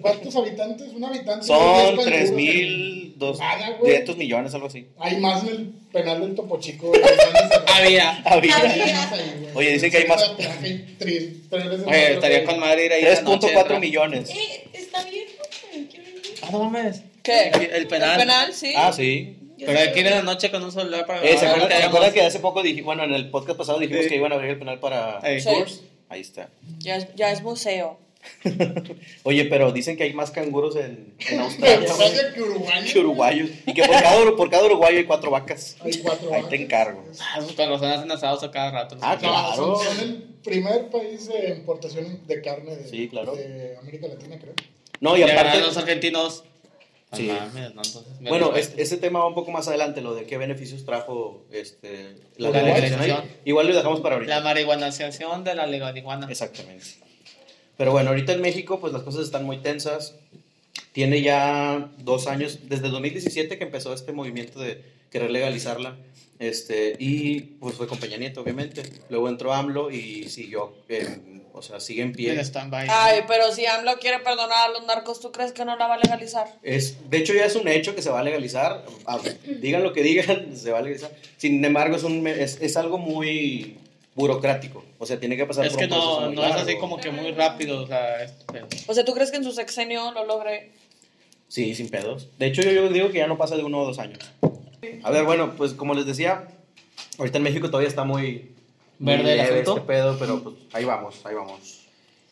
¿Cuántos habitantes? Un habitante.
Son
güey, es
3.000,
para el
mil, dos-
Nada, güey.
500 millones, algo así.
mundo. Hay más en el penal del Topo Chico. güey, hay
Había.
Ahorita.
más ahí, güey.
Oye, dicen que hay más.
Hay tres- tres veces más,
Oye, Pues, estaría
güey.
con madre ir ahí. esa noche,
3.4
¿verdad?
millones.
Eh, está bien, ¿no? Quiero ir.
Ah, no mames.
¿Qué?
El penal.
El penal, sí.
Ah, sí.
Yo
Pero
sé.
aquí en la noche con un celular para
Eh, ¿Se
grabar,
acuerdan,
te
se
llamas.
acuerdan que hace poco dijimos, bueno, en el podcast pasado dijimos
Ah, Sí.
que iban a abrir el penal para
Ahí.
Sí.
tours? Ahí está.
Ya, es- ya es museo.
Oye, pero dicen que hay más canguros en, en
Pero
Australia güey,
Australia que Uruguay.
que uruguayos. Y que por cada, por cada uruguayo hay cuatro vacas.
Hay cuatro.
Ahí te encargo.
Ah, pues Con razón hacen asados a cada rato.
Ah,
No,
Claro.
son, son el primer país de importación de carne de,
Sí, claro.
de América Latina, creo.
No,
Y
y aparte.
los argentinos.
Sí.
Ah, mames, no, entonces, me
Bueno,
respeto.
este, este tema va un poco más adelante, lo de qué beneficios trajo este, la
La
legalización ahí.
legalización.
Igual lo dejamos para
La
ahorita.
marihuanación de la marihuana.
Exactamente. Pero bueno, ahorita en México, pues las cosas están muy tensas. Tiene ya dos años, desde 2017 que empezó este movimiento de querer legalizarla. Este, y pues fue con Peña Nieto, obviamente. Luego entró AMLO y siguió, eh, o sea, sigue en
En
pie.
stand-by.
Ay, pero si AMLO quiere perdonar a los narcos, ¿tú crees que no la va a legalizar?
Es, de hecho, ya es un hecho que se va a legalizar. Ah, digan lo que digan, se va a legalizar. Sin embargo, es, un, me- es, es algo muy burocrático. O sea, tiene que pasar
es
por
que
un proceso
no,
muy
no es así
largo.
como que muy rápido. O sea, este, es- pero-
O sea, ¿tú crees que en su sexenio lo logre?
Sí, sin pedos. De hecho, yo, yo digo que ya no pasa de uno o dos años. A ver, bueno, pues como les decía, ahorita en México todavía está muy... muy
Verde el
leve
asunto.
este pedo, pero pues ahí vamos, ahí vamos.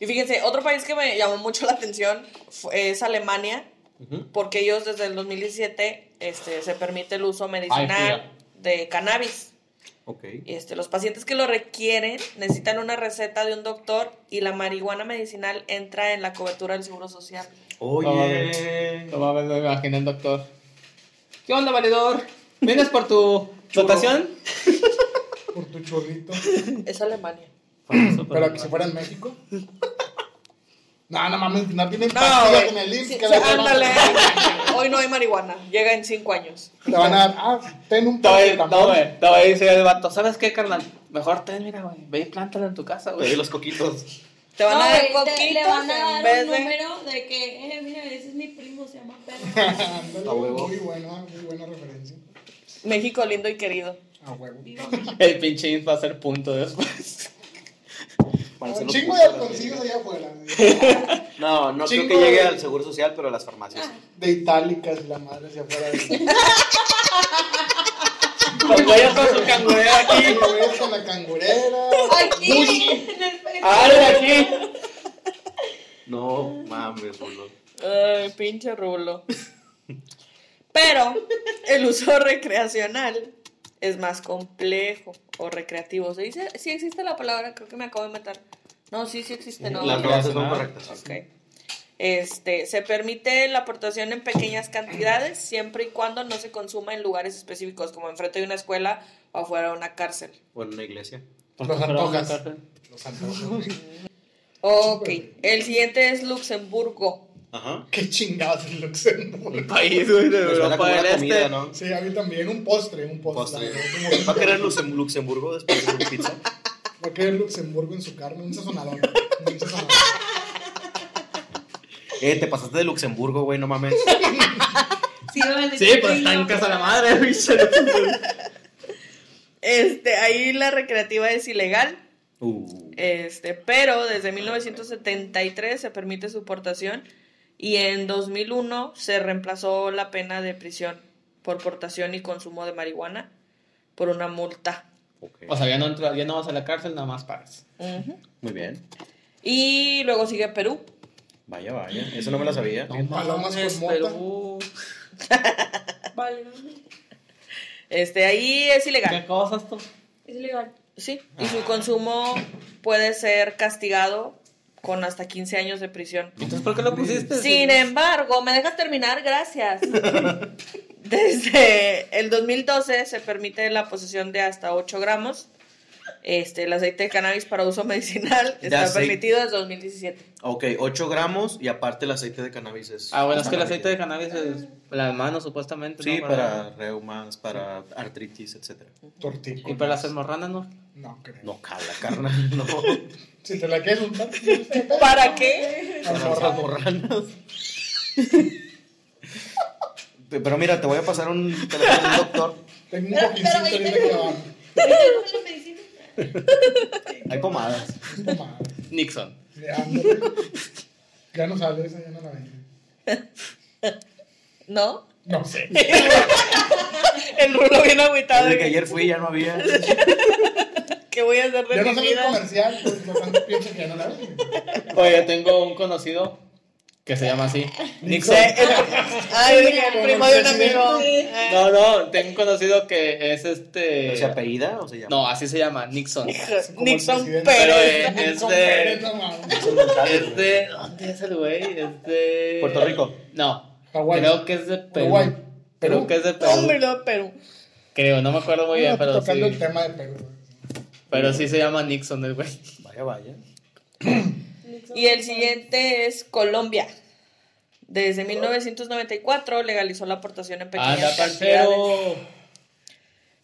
Y fíjense, otro país que me llamó mucho la atención fu- es Alemania,
Ujú.
porque ellos desde el 2017 este, se permite el uso
Ay,
medicinal, de cannabis.
Ok.
Este, los pacientes que lo requieren necesitan una receta de un doctor y la marihuana medicinal entra en la cobertura del seguro social.
Oye.
Lo va a ver, me imagino el doctor. ¿Qué onda, valedor? ¿Vienes por tu votación?
Por tu chorrito.
Es Alemania.
Pero que si fuera en México.
No, no mames, no tienen
No,
pastillas
güey.
en el IMSS.
Sí,
que
sí,
la-
ándale. Hoy no hay marihuana. Llega en cinco años.
Te van a dar. Ah, ten un
Todavía, no,
paracetamol.
güey. Todavía dice el vato. ¿Sabes qué, carnal? Mejor ten, mira, güey. Ve y plántala en tu casa,
Oye,
güey.
los coquitos.
Te van
No,
a dar
güey, te-
coquitos
le van a
en
dar
vez
un
de.
número de que, eh, mira, ese es mi primo, se llama Pedro.
Ándale,
A huevo.
Muy buena, muy buena referencia.
México lindo y querido.
A huevo.
Viva
El pinche Ins va a hacer punto después.
Para
Un
hacerlo
chingo
justo,
de consigues allá afuera.
No, no creo
Chingo
que llegue
de-
al seguro social, pero a las farmacias.
De itálicas y la madre hacia afuera.
Los güeyes con su cangurero aquí.
Cangurera con la cangurera.
Aquí, en el Facebook.
¡Ábrele aquí!
No mames, boludo.
Ay, pinche rulo. Pero el uso recreacional es más complejo o recreativo. ¿Se dice? Sí existe la palabra, creo que me acabo de matar. No, sí, sí existe. No,
Las
no.
cosas son correctas.
Ok. Este, se permite la aportación en pequeñas cantidades siempre y cuando no se consuma en lugares específicos, como enfrente de una escuela o afuera de una cárcel.
O en una iglesia.
Pues
Los antojas.
Los antojos.
Ok, el siguiente es Luxemburgo.
Ajá.
Qué chingados el
Un
Luxemburgo.
país, güey, de
Nos van a
Europa
comer
del
la
Este.
comida, ¿no?
Sí, a mí también. Un postre, un postre.
Postre. ¿Va a querer Luxem- Luxemburgo después de una pizza?
Va a querer Luxemburgo en su carne. Un sazonador. Un sazonador.
Eh, te pasaste de Luxemburgo, güey, no mames.
Sí, vale,
Sí, pues está en casa la madre, bicho.
Este, ahí la recreativa es ilegal.
Uh.
Este, pero desde 1973 se permite su portación y en 2001 se reemplazó la pena de prisión por portación y consumo de marihuana por una multa.
Ok.
O sea, ya no, entra- ya no vas a la cárcel, nada más pagas.
Ujú.
Muy bien.
Y luego sigue Perú.
Vaya, vaya. Eso no me lo sabía.
Palomas
mames,
con mota.
Perú.
Este, ahí es
¿Qué
ilegal.
cosas tú?
Es legal.
Sí. Y su consumo puede ser castigado con hasta 15 años de prisión.
Entonces, ¿por qué lo pusiste?
Sin embargo, me dejas terminar, gracias. Desde el 2012 se permite la posesión de hasta 8 gramos. Este, el aceite de cannabis para uso medicinal
De
está
aceite.
permitido desde 2017.
Ok, 8 gramos y aparte el aceite de cannabis es.
Ah, bueno, es que el aceite de cannabis es las manos, supuestamente.
Sí,
¿no?
para reumas, para artritis, etcétera.
Tortícolis.
Y para las hermorranas, ¿no?
No, creo.
No cala, carnal, no.
Si te la quieres untar, ¿qué pedo?
¿Para qué?
Para las morranas. Pero mira, te voy a pasar un teléfono de un doctor.
Tengo un
Pero-
poquito
pero
ahorita
ahorita-
que va.
¿Cómo la medicina?
Hay pomadas.
No mames.
Nixon.
Ya, ándale. Ya no sale esa, ya no la venden.
¿No?
No sé.
El rulo bien agüitado.
Desde que
que-
ayer fui ya no había.
¿Qué voy a hacer de
Ya no
mi
sale el
vida?
comercial, pues por lo tanto pienso que ya no la venden.
Oye, tengo un conocido que se llama así. Nixon.
Ay, dije, el primo de un amigo.
No, no, tengo un conocido que es este.
¿Se apellida o se llama?
No, así se llama, Nixon.
como el
Nixon
presidente.
Pero
Pérez.
eh, es
Nixon
de.
Pérez, no mames.
Es de. ¿Dónde es el güey? Es de.
Puerto Rico.
No.
Hawái.
Creo que es de Perú.
Uruguay.
Creo
Perú.
que es de
Hombre,
Perú.
no, Perú.
Creo, no me acuerdo muy bien,
No,
pero
tocando el
sí.
tema de Perú.
Pero sí se llama Nixon el güey.
Vaya, vaya.
Y el siguiente es Colombia. Desde 1994 legalizó la aportación en
Anda,
pequeñas cantidades.
parcero.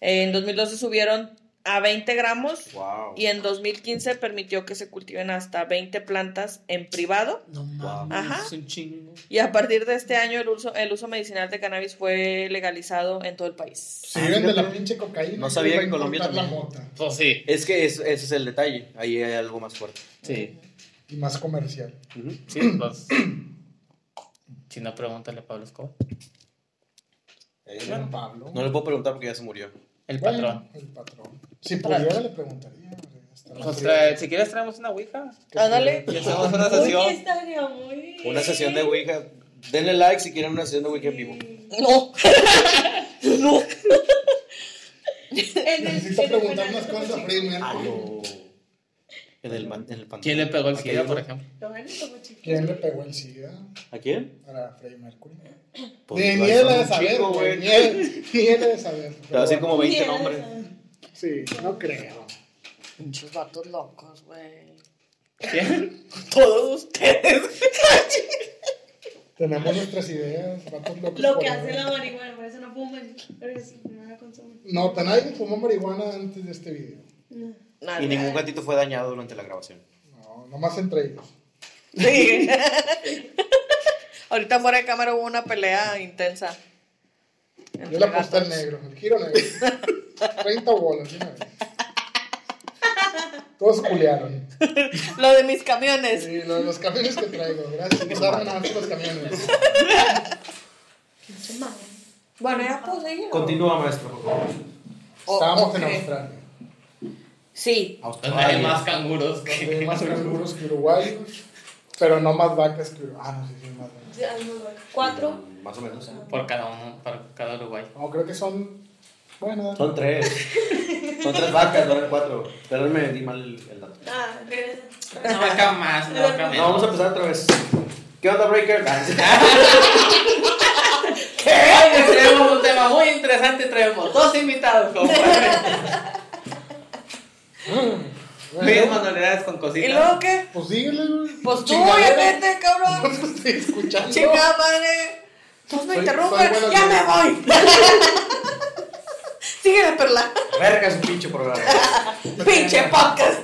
En 2012 subieron a 20 gramos
Wow.
y en 2015 permitió que se cultiven hasta 20 plantas en privado.
No
Wow.
Ajá.
mames, es un chingo.
Y a partir de este año el uso, el uso medicinal de cannabis fue legalizado en todo el país.
Si viven de la pinche cocaína,
No sabía
iba a
que Colombia
importar la
también.
mota.
Pues sí.
Es que es- ese es el detalle. Ahí hay algo más fuerte.
Sí.
Y más comercial.
Sí, pues. Si no, pregúntale a Pablo Escobar.
Eh,
Don Pablo.
No le puedo preguntar porque ya se murió.
El
Bueno,
patrón.
El patrón. Si pudiera, le preguntaría. hombre, hasta la
Pues,
fría.
trae- si quieres, traemos una ouija.
Ándale.
Y hacemos una
Oye,
sesión.
estaría muy bien.
Una sesión de Ouija. Denle like si quieren una sesión de Ouija en vivo.
No. no.
En el-
Necesito
en el
preguntar
penal
unas
de
cosas a
Topo
Freddy
A
Mercury.
lo- En el, man- en el pantalón.
¿Quién le pegó el
¿A
SIDA,
quién?
por ejemplo?
Chico. Lo van a Topo Chico.
¿Quién le pegó el SIDA
¿A quién?
a Freddy Mercury?
Pues,
ni
ahí
ni él
son
ha de
un
saber,
chingo,
güey.
güey.
Ni él, ni él ha de saber.
Te va a decir como 20
Mierda.
nombres.
Sí, no creo.
Muchos vatos locos, güey.
¿Quién?
Todos ustedes.
Tenemos nuestras ideas. vatos locos
Lo
por
que
ahí.
hace la marihuana, por eso no fuman. Pero es no la consumen.
No, tan nadie fumó marihuana antes de este video.
No.
Nada.
Y ningún gatito fue dañado durante la grabación.
No, nomás entre ellos.
Sí. Ahorita fuera de cámara hubo una pelea intensa.
Yo
Entre
le aposté al
gatos.
negro, el giro negro. 30 bolas, una vez. Todos culearon.
Lo de mis camiones.
Sí, lo de los camiones que traigo, gracias. Nos daban nada más los camiones.
Bueno, ya pues ella.
Continúa, maestro, por favor.
O-
Estábamos en
Oh, ok.
Australia.
Sí.
Hay más canguros que.
Hay más canguros que uruguayos, pero no más vacas que uruguayos. Ah, no sé si hay más vacas.
Ya, no, no. Cuatro.
Mm, Más o menos.
Por cada uno, por cada Uruguay.
No, creo que son. Bueno,
Son tres. Son tres vacas, no eran cuatro. Perdón, me di mal el, el dato.
Ah, regresa.
No acá más, no acá
No, vamos a empezar otra vez. ¿Qué onda, Breaker?
Hoy tenemos un tema muy interesante. Traemos dos invitados, compadre. Mis
bueno,
manualidades con
¿Y
cositas.
luego qué?
pues síguele, güey.
Pues tú,
Chingadera.
ya vete, cabrón.
No te estoy escuchando.
Chingada madre. Pues me
Soy-
interrumpen.
soy buenos
ya me
días.
voy. Síguele, Perla.
Verga, es un pinche programa.
Pinche podcast.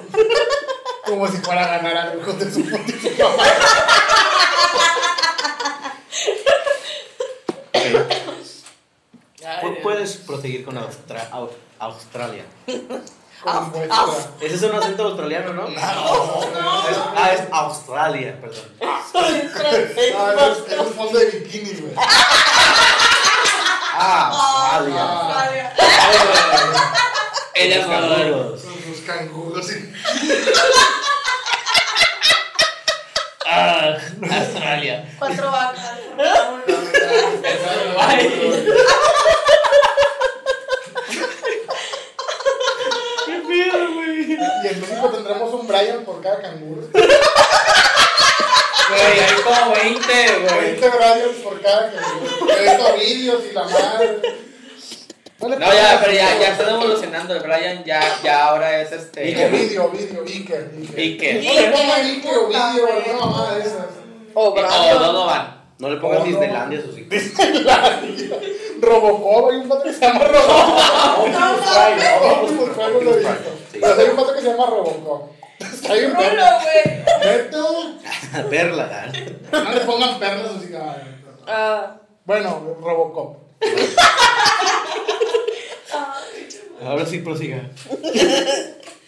Como si fuera a ganar algo de su putísima
Pu- Puedes proseguir con Austra- Au- Australia.
madre. Como
Ese es un acento australiano, ¿no? Es- ah, es Australia, perdón.
Ah, es, es un fondo de bikini, güey.
Ah, Australia.
Ah,
El Ecuador.
Canguros.
son sus canguros. y-
Ah, Australia.
Cuatro vacas.
Uruguay.
Y en México tendremos un Brian por cada canguro.
Güey, hay como 20, güey.
20 Brian por cada canguro. He visto vídeos y la madre. le
No, ya,
pongas
pero ya, ya
vídeos.
están evolucionando. El Brian ya, ya ahora es este.
Iker, vídeo, vídeo, Iker, Iker.
Iker.
No le pongan
Iker,
Iker o
puta,
vídeo,
güey.
alguna mamá de esas.
O
No, no,
Ah,
Brandon.
no van.
Oh, No le pongas
No, no.
Disneylandia a sus hijos.
Robocop, hay un pato que se llama Robocop. pues,
no,
Optimus Prime, lo he visto.
Sí.
Pero hay un pato que se llama Robocop. Está bien perro.
Rulo, güey.
Neta,
Perla.
No le pongan perlas así. ay, no.
Ah,
Bueno, Robocop.
Ahora sí prosiga.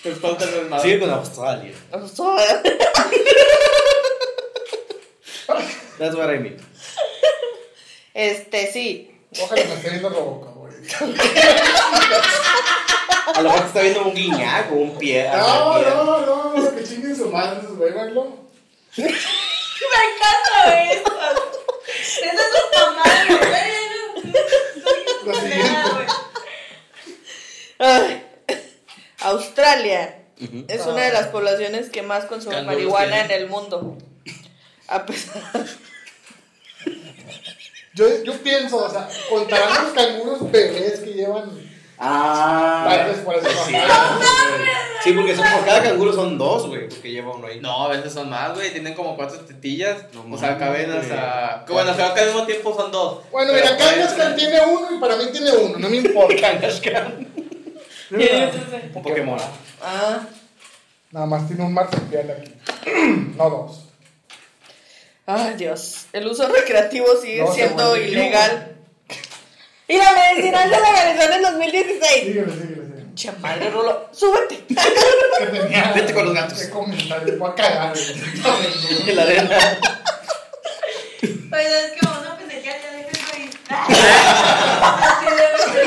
El podcast es más.
Sigue con Australia. That's what I mean.
Este, sí.
Ojalá me esté viendo Robocop, güey.
A lo mejor te está viendo un guiñaco, un pie.
No,
una
no, no, no, que chinguen su madre, esos güey, güeylo.
Me encanta esto. Eso es un tamaño, güey.
Lo
No,
siguiente.
no, güey.
Ay. Australia
Ujú.
es una de las poblaciones que más consume
Canguros
marihuana en
tienen.
el mundo. A pesar,
Yo, yo pienso, o sea, contarán los canguros bebés que llevan
Ah.
padres por eso.
Sí, güey. Sí, porque son, por cada canguro son dos, güey, porque lleva uno ahí.
No, a veces son más, güey. Tienen como cuatro tetillas.
No
o sea,
mames,
caben
güey.
hasta. que Bueno, creo que al mismo tiempo son dos.
Bueno,
Pero
mira,
puede
Kangas
ser-
tiene uno y para mí tiene uno, no me importa.
Un Pokémon.
ah,
Nada más tiene un marsupial aquí. No dos.
ay, Dios. El uso recreativo sigue
No, se
siendo
vuelve
ilegal. Y la medicinal se legalizó en el 2016.
Síguele, síguele, síguele.
Che, madre, Rulo. Súbete.
Que tenía-
Vete con los gatos.
Qué comentario, voy a cagar. güey.
En la arena.
Pues es que vamos a pendejear, ya dejen reír. Así de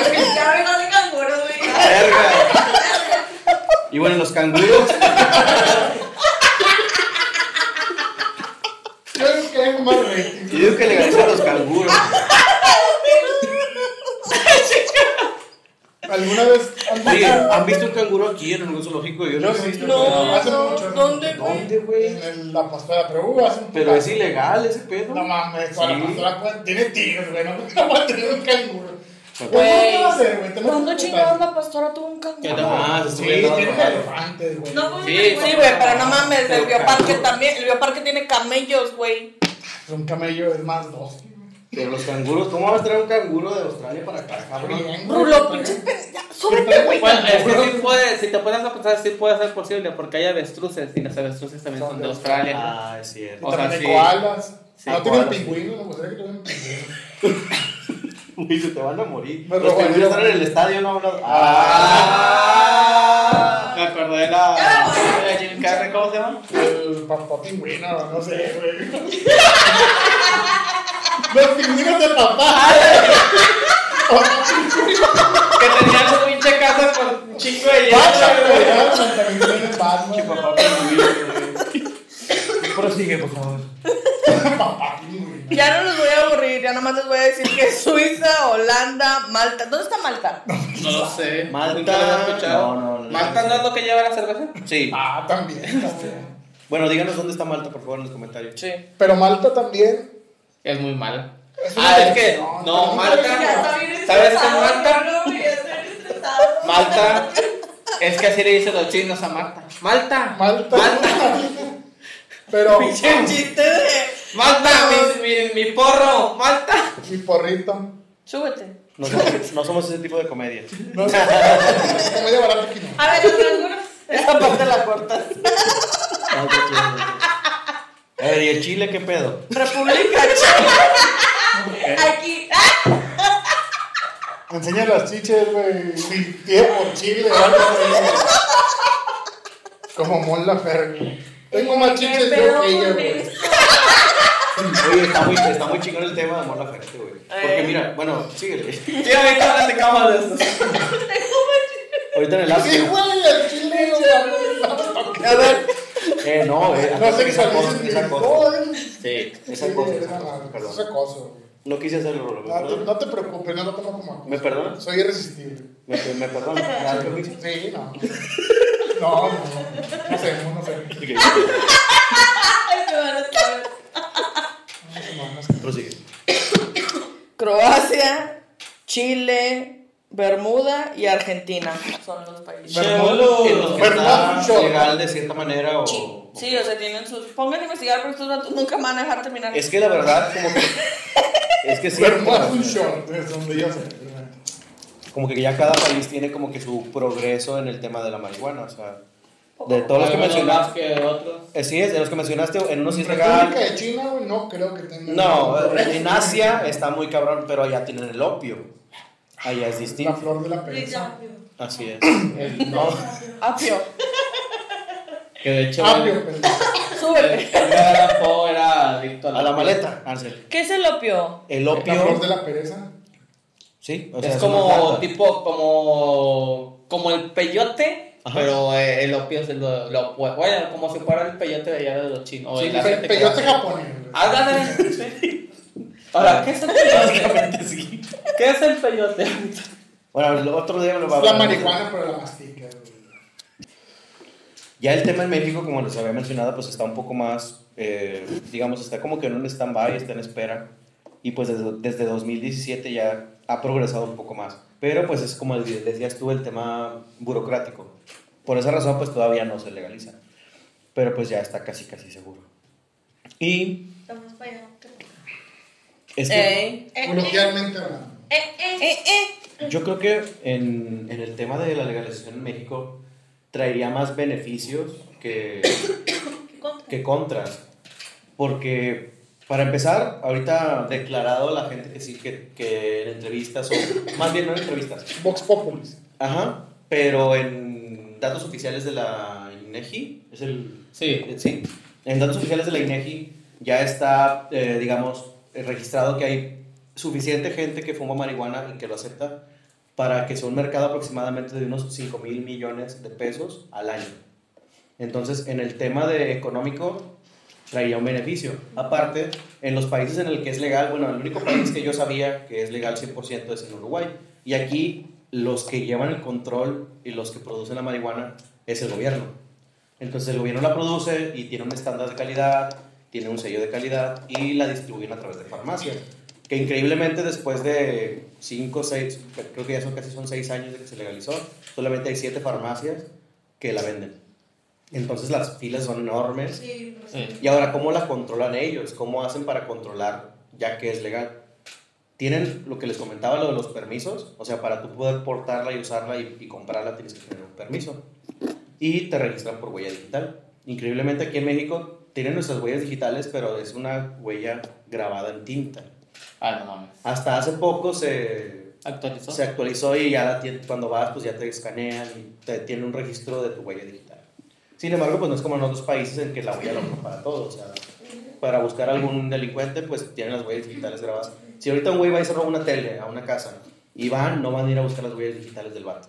güey, Ya me los canguros, güey.
Verga. Y bueno, los canguros.
Yo creo que hay más rating.
Yo digo que le ganó a los Ah. canguros.
¿Alguna vez
Oye, ¿han visto un canguro aquí en el zoológico? Yo no he visto.
No,
No,
hace
no,
mucho, hace
¿dónde,
mucho.
güey?
¿Dónde, güey?
En el- la pastora, pero uh, hace un
Pero es ilegal ese pedo.
No mames, toda
Sí.
la pastora pues, tiene tigres, güey. No no va a tener un canguro.
Pues,
Pues,
Güey.
¿Qué va a hacer, güey? Te metes
¿Cuándo
un
chingados
putazo.
la pastora tuvo un canguro?
¿Qué te
Ah,
pasa?
se
Sí,
sube todo
tiene
drogado.
elefantes, güey.
No,
Sí,
güey,
Sí,
güey.
güey, pero no mames,
Pero
el bioparque
canguro.
también, el bioparque tiene camellos, güey.
Es un camello, es más dos.
Pero los canguros, ¿cómo vas a traer un canguro de Australia para acá, cabrón?
Rulo, pinches pe- ya, súbete,
Pero-
güey.
Bueno, es que sí puede, si te pones a pensar, sí puede ser posible, porque hay avestruces y las avestruces también son de Australia.
Ah, es
Y
cierto.
O sea,
también hay
sí.
koalas. Ah,
Sí,
no tienen
koalas, sí.
pingüinos, me gustaría que tuvieran pingüinos.
Uy, se te van a morir.
Me
los
robaron.
canguros están en el estadio, no hablan.
Ah, me acordé de la.
Ah,
de la Jim Carrey, ¿cómo se llama?
El papá pingüino, no sé, güey. Los pingüinos de papá.
Que tenía su pinche casa con un chingo de hielo.
Batman, güey. Batman, también tiene
Que
Batman.
papá pingüino, güey. Prosigue, por favor.
Papá pingüino.
Ya no los voy a aburrir, ya nomás les voy a decir que Suiza, Holanda, Malta. ¿Dónde está Malta?
No lo sé.
Malta.
Nunca lo había escuchado.
No, no, no.
Malta no es lo que lleva la cerveza.
Sí.
Ah, también, también.
Bueno, díganos dónde está Malta, por favor, en los comentarios.
Sí.
Pero Malta también.
Es muy mala.
Es una
Ah, es que.
decepción,
No,
también.
Malta. ¿Sabes qué es Malta? Malta. Es que así le dicen los chinos a Malta. Malta.
Malta.
Malta.
Pero ah,
Pinche chiste de.
Malta. mi- mi- mi porro. Malta.
mi porrito.
Súbete.
No somos, no somos ese tipo de comedia.
No sé. Comedia barata Este aquí no.
A ver, los canguros.
Esa parte la cortas.
Eh, ¿y el Chile qué pedo?
República Checa.
Aquí.
Enseña las chiches, güey. Mi pie por chile. algo así. Como Mon Laferte. Tengo más chiches
¿Qué
yo
pedo
que ella,
con
güey.
esto?
Oye, está muy, está muy chingón el tema de amor a la gente, güey. Porque
Eh.
mira, bueno, síguele.
Sí, ahorita hablan de cámaras.
Ahorita en el
Sí,
after.
güey, el chile, güey. A ver.
Eh, no, eh.
No sé qué
esa
salió.
cosa, esa cosa.
eh.
Sí, esa cosa, esa cosa,
Es
perdón.
acoso. güey.
No quise hacerlo, Rolo, ¿me
No te-
perdonas?
Ah, No te preocupes, no lo tomo como acoso.
¿Me perdonas?
Soy irresistible.
¿Me, me, me perdonas? Ah, creo que sí.
Sí, no. No, no, no sé, no sé.
Ok,
Ay, me van a saber.
No, no sé.
prosigue.
Croacia, Chile, Bermuda y Argentina. Son los países.
Bermuda.
En los que
Bermuda.
está legal de cierta manera o...
Sí, o sea, tienen sus. Pongan a investigar, pero estos datos nunca me van a dejar terminar.
Es que la verdad, como que... Es que sí,
Bermuda es
como-
un short, es donde yo sé.
como que ya cada país tiene como que su progreso en el tema de la marihuana, o sea... De todos los que mencionaste...
que otros.
eh, Sí, es de los que mencionaste, en unos sí es legal,
República de China, güey, no creo que tenga.
No, eh,
la,
en Asia está muy cabrón, pero allá tienen el opio. Allá es distinto.
flor de la
Luis
pereza. Ah,
Así es.
El-
No,
Apio.
Que de hecho.
Apio, pendejo.
Súbete.
Edgar Poe era adicto
a la maleta, Ansel.
¿Qué es el opio?
El
La flor
opio.
de la pereza.
Sí, o sea,
Es
una
como
planta.
tipo, como, como el peyote,
Ajá.
pero eh, el opio es el, lo, lo- bueno, como si fuera el peyote de allá de los chinos. o de
Sí,
la
pe-
gente que
peyote
hace-
japonés. güey.
Ah, dale, sí. Ahora, ¿qué es el peyote?
Básicamente sí.
¿Qué es el peyote?
Bueno, el otro día lo va a
Es la
hablar.
marihuana, pero la mastica. güey.
Ya el tema en México, como les había mencionado, pues está un poco más, eh, digamos, está como que en un stand-by, está en espera. Y pues desde, desde 2017 ya ha progresado un poco más. Pero pues es como de- decías tú, el tema burocrático. Por esa razón pues todavía no se legaliza. Pero pues ya está casi, casi seguro. Y
Estamos para allá.
es que
Ey.
Eh, eh,
Coloquialmente hablando.
eh, eh.
Eh, eh.
yo creo que en, en el tema de la legalización en México traería más beneficios que,
¿Qué contra?
que contras. Porque, para empezar, ahorita ha declarado la gente que sí, que, que en entrevistas, o más bien no en entrevistas,
Vox Populis.
ajá, pero en datos oficiales de la INEGI, es el.
Sí.
Sí, en datos oficiales de la INEGI ya está, eh, digamos, eh, registrado que hay suficiente gente que fuma marihuana y que lo acepta para que sea un mercado aproximadamente de unos 5 mil millones de pesos al año. Entonces, en el tema de económico, traía un beneficio. Aparte, en los países en el que es legal, bueno, el único país que yo sabía que es legal 100% es en Uruguay. Y aquí los que llevan el control y los que producen la marihuana es el gobierno. Entonces el gobierno la produce y tiene un estándar de calidad, tiene un sello de calidad y la distribuyen a través de farmacias. Que increíblemente después de 5, 6, creo que ya son casi son 6 años de que se legalizó, solamente hay 7 farmacias que la venden. Entonces las filas son enormes.
Sí, pues,
Y ahora, ¿cómo la controlan ellos? ¿Cómo hacen para controlar ya que es legal? Tienen lo que les comentaba, lo de los permisos. O sea, para tú poder portarla y usarla y, y comprarla tienes que tener un permiso. Y te registran por huella digital. Increíblemente aquí en México tienen nuestras huellas digitales, pero es una huella grabada en tinta.
Ah, no mames.
Hasta hace poco se,
¿Actualizó?
se actualizó y ya la tien- cuando vas, pues ya te escanean y te tiene un registro de tu huella digital. Sin embargo, pues no es como en otros países en que la huella la usan para todo. O sea, para buscar algún delincuente, pues tienen las huellas digitales grabadas. Si ahorita un güey va y se roba una tele a una casa y van, no van a ir a buscar las huellas digitales del vato.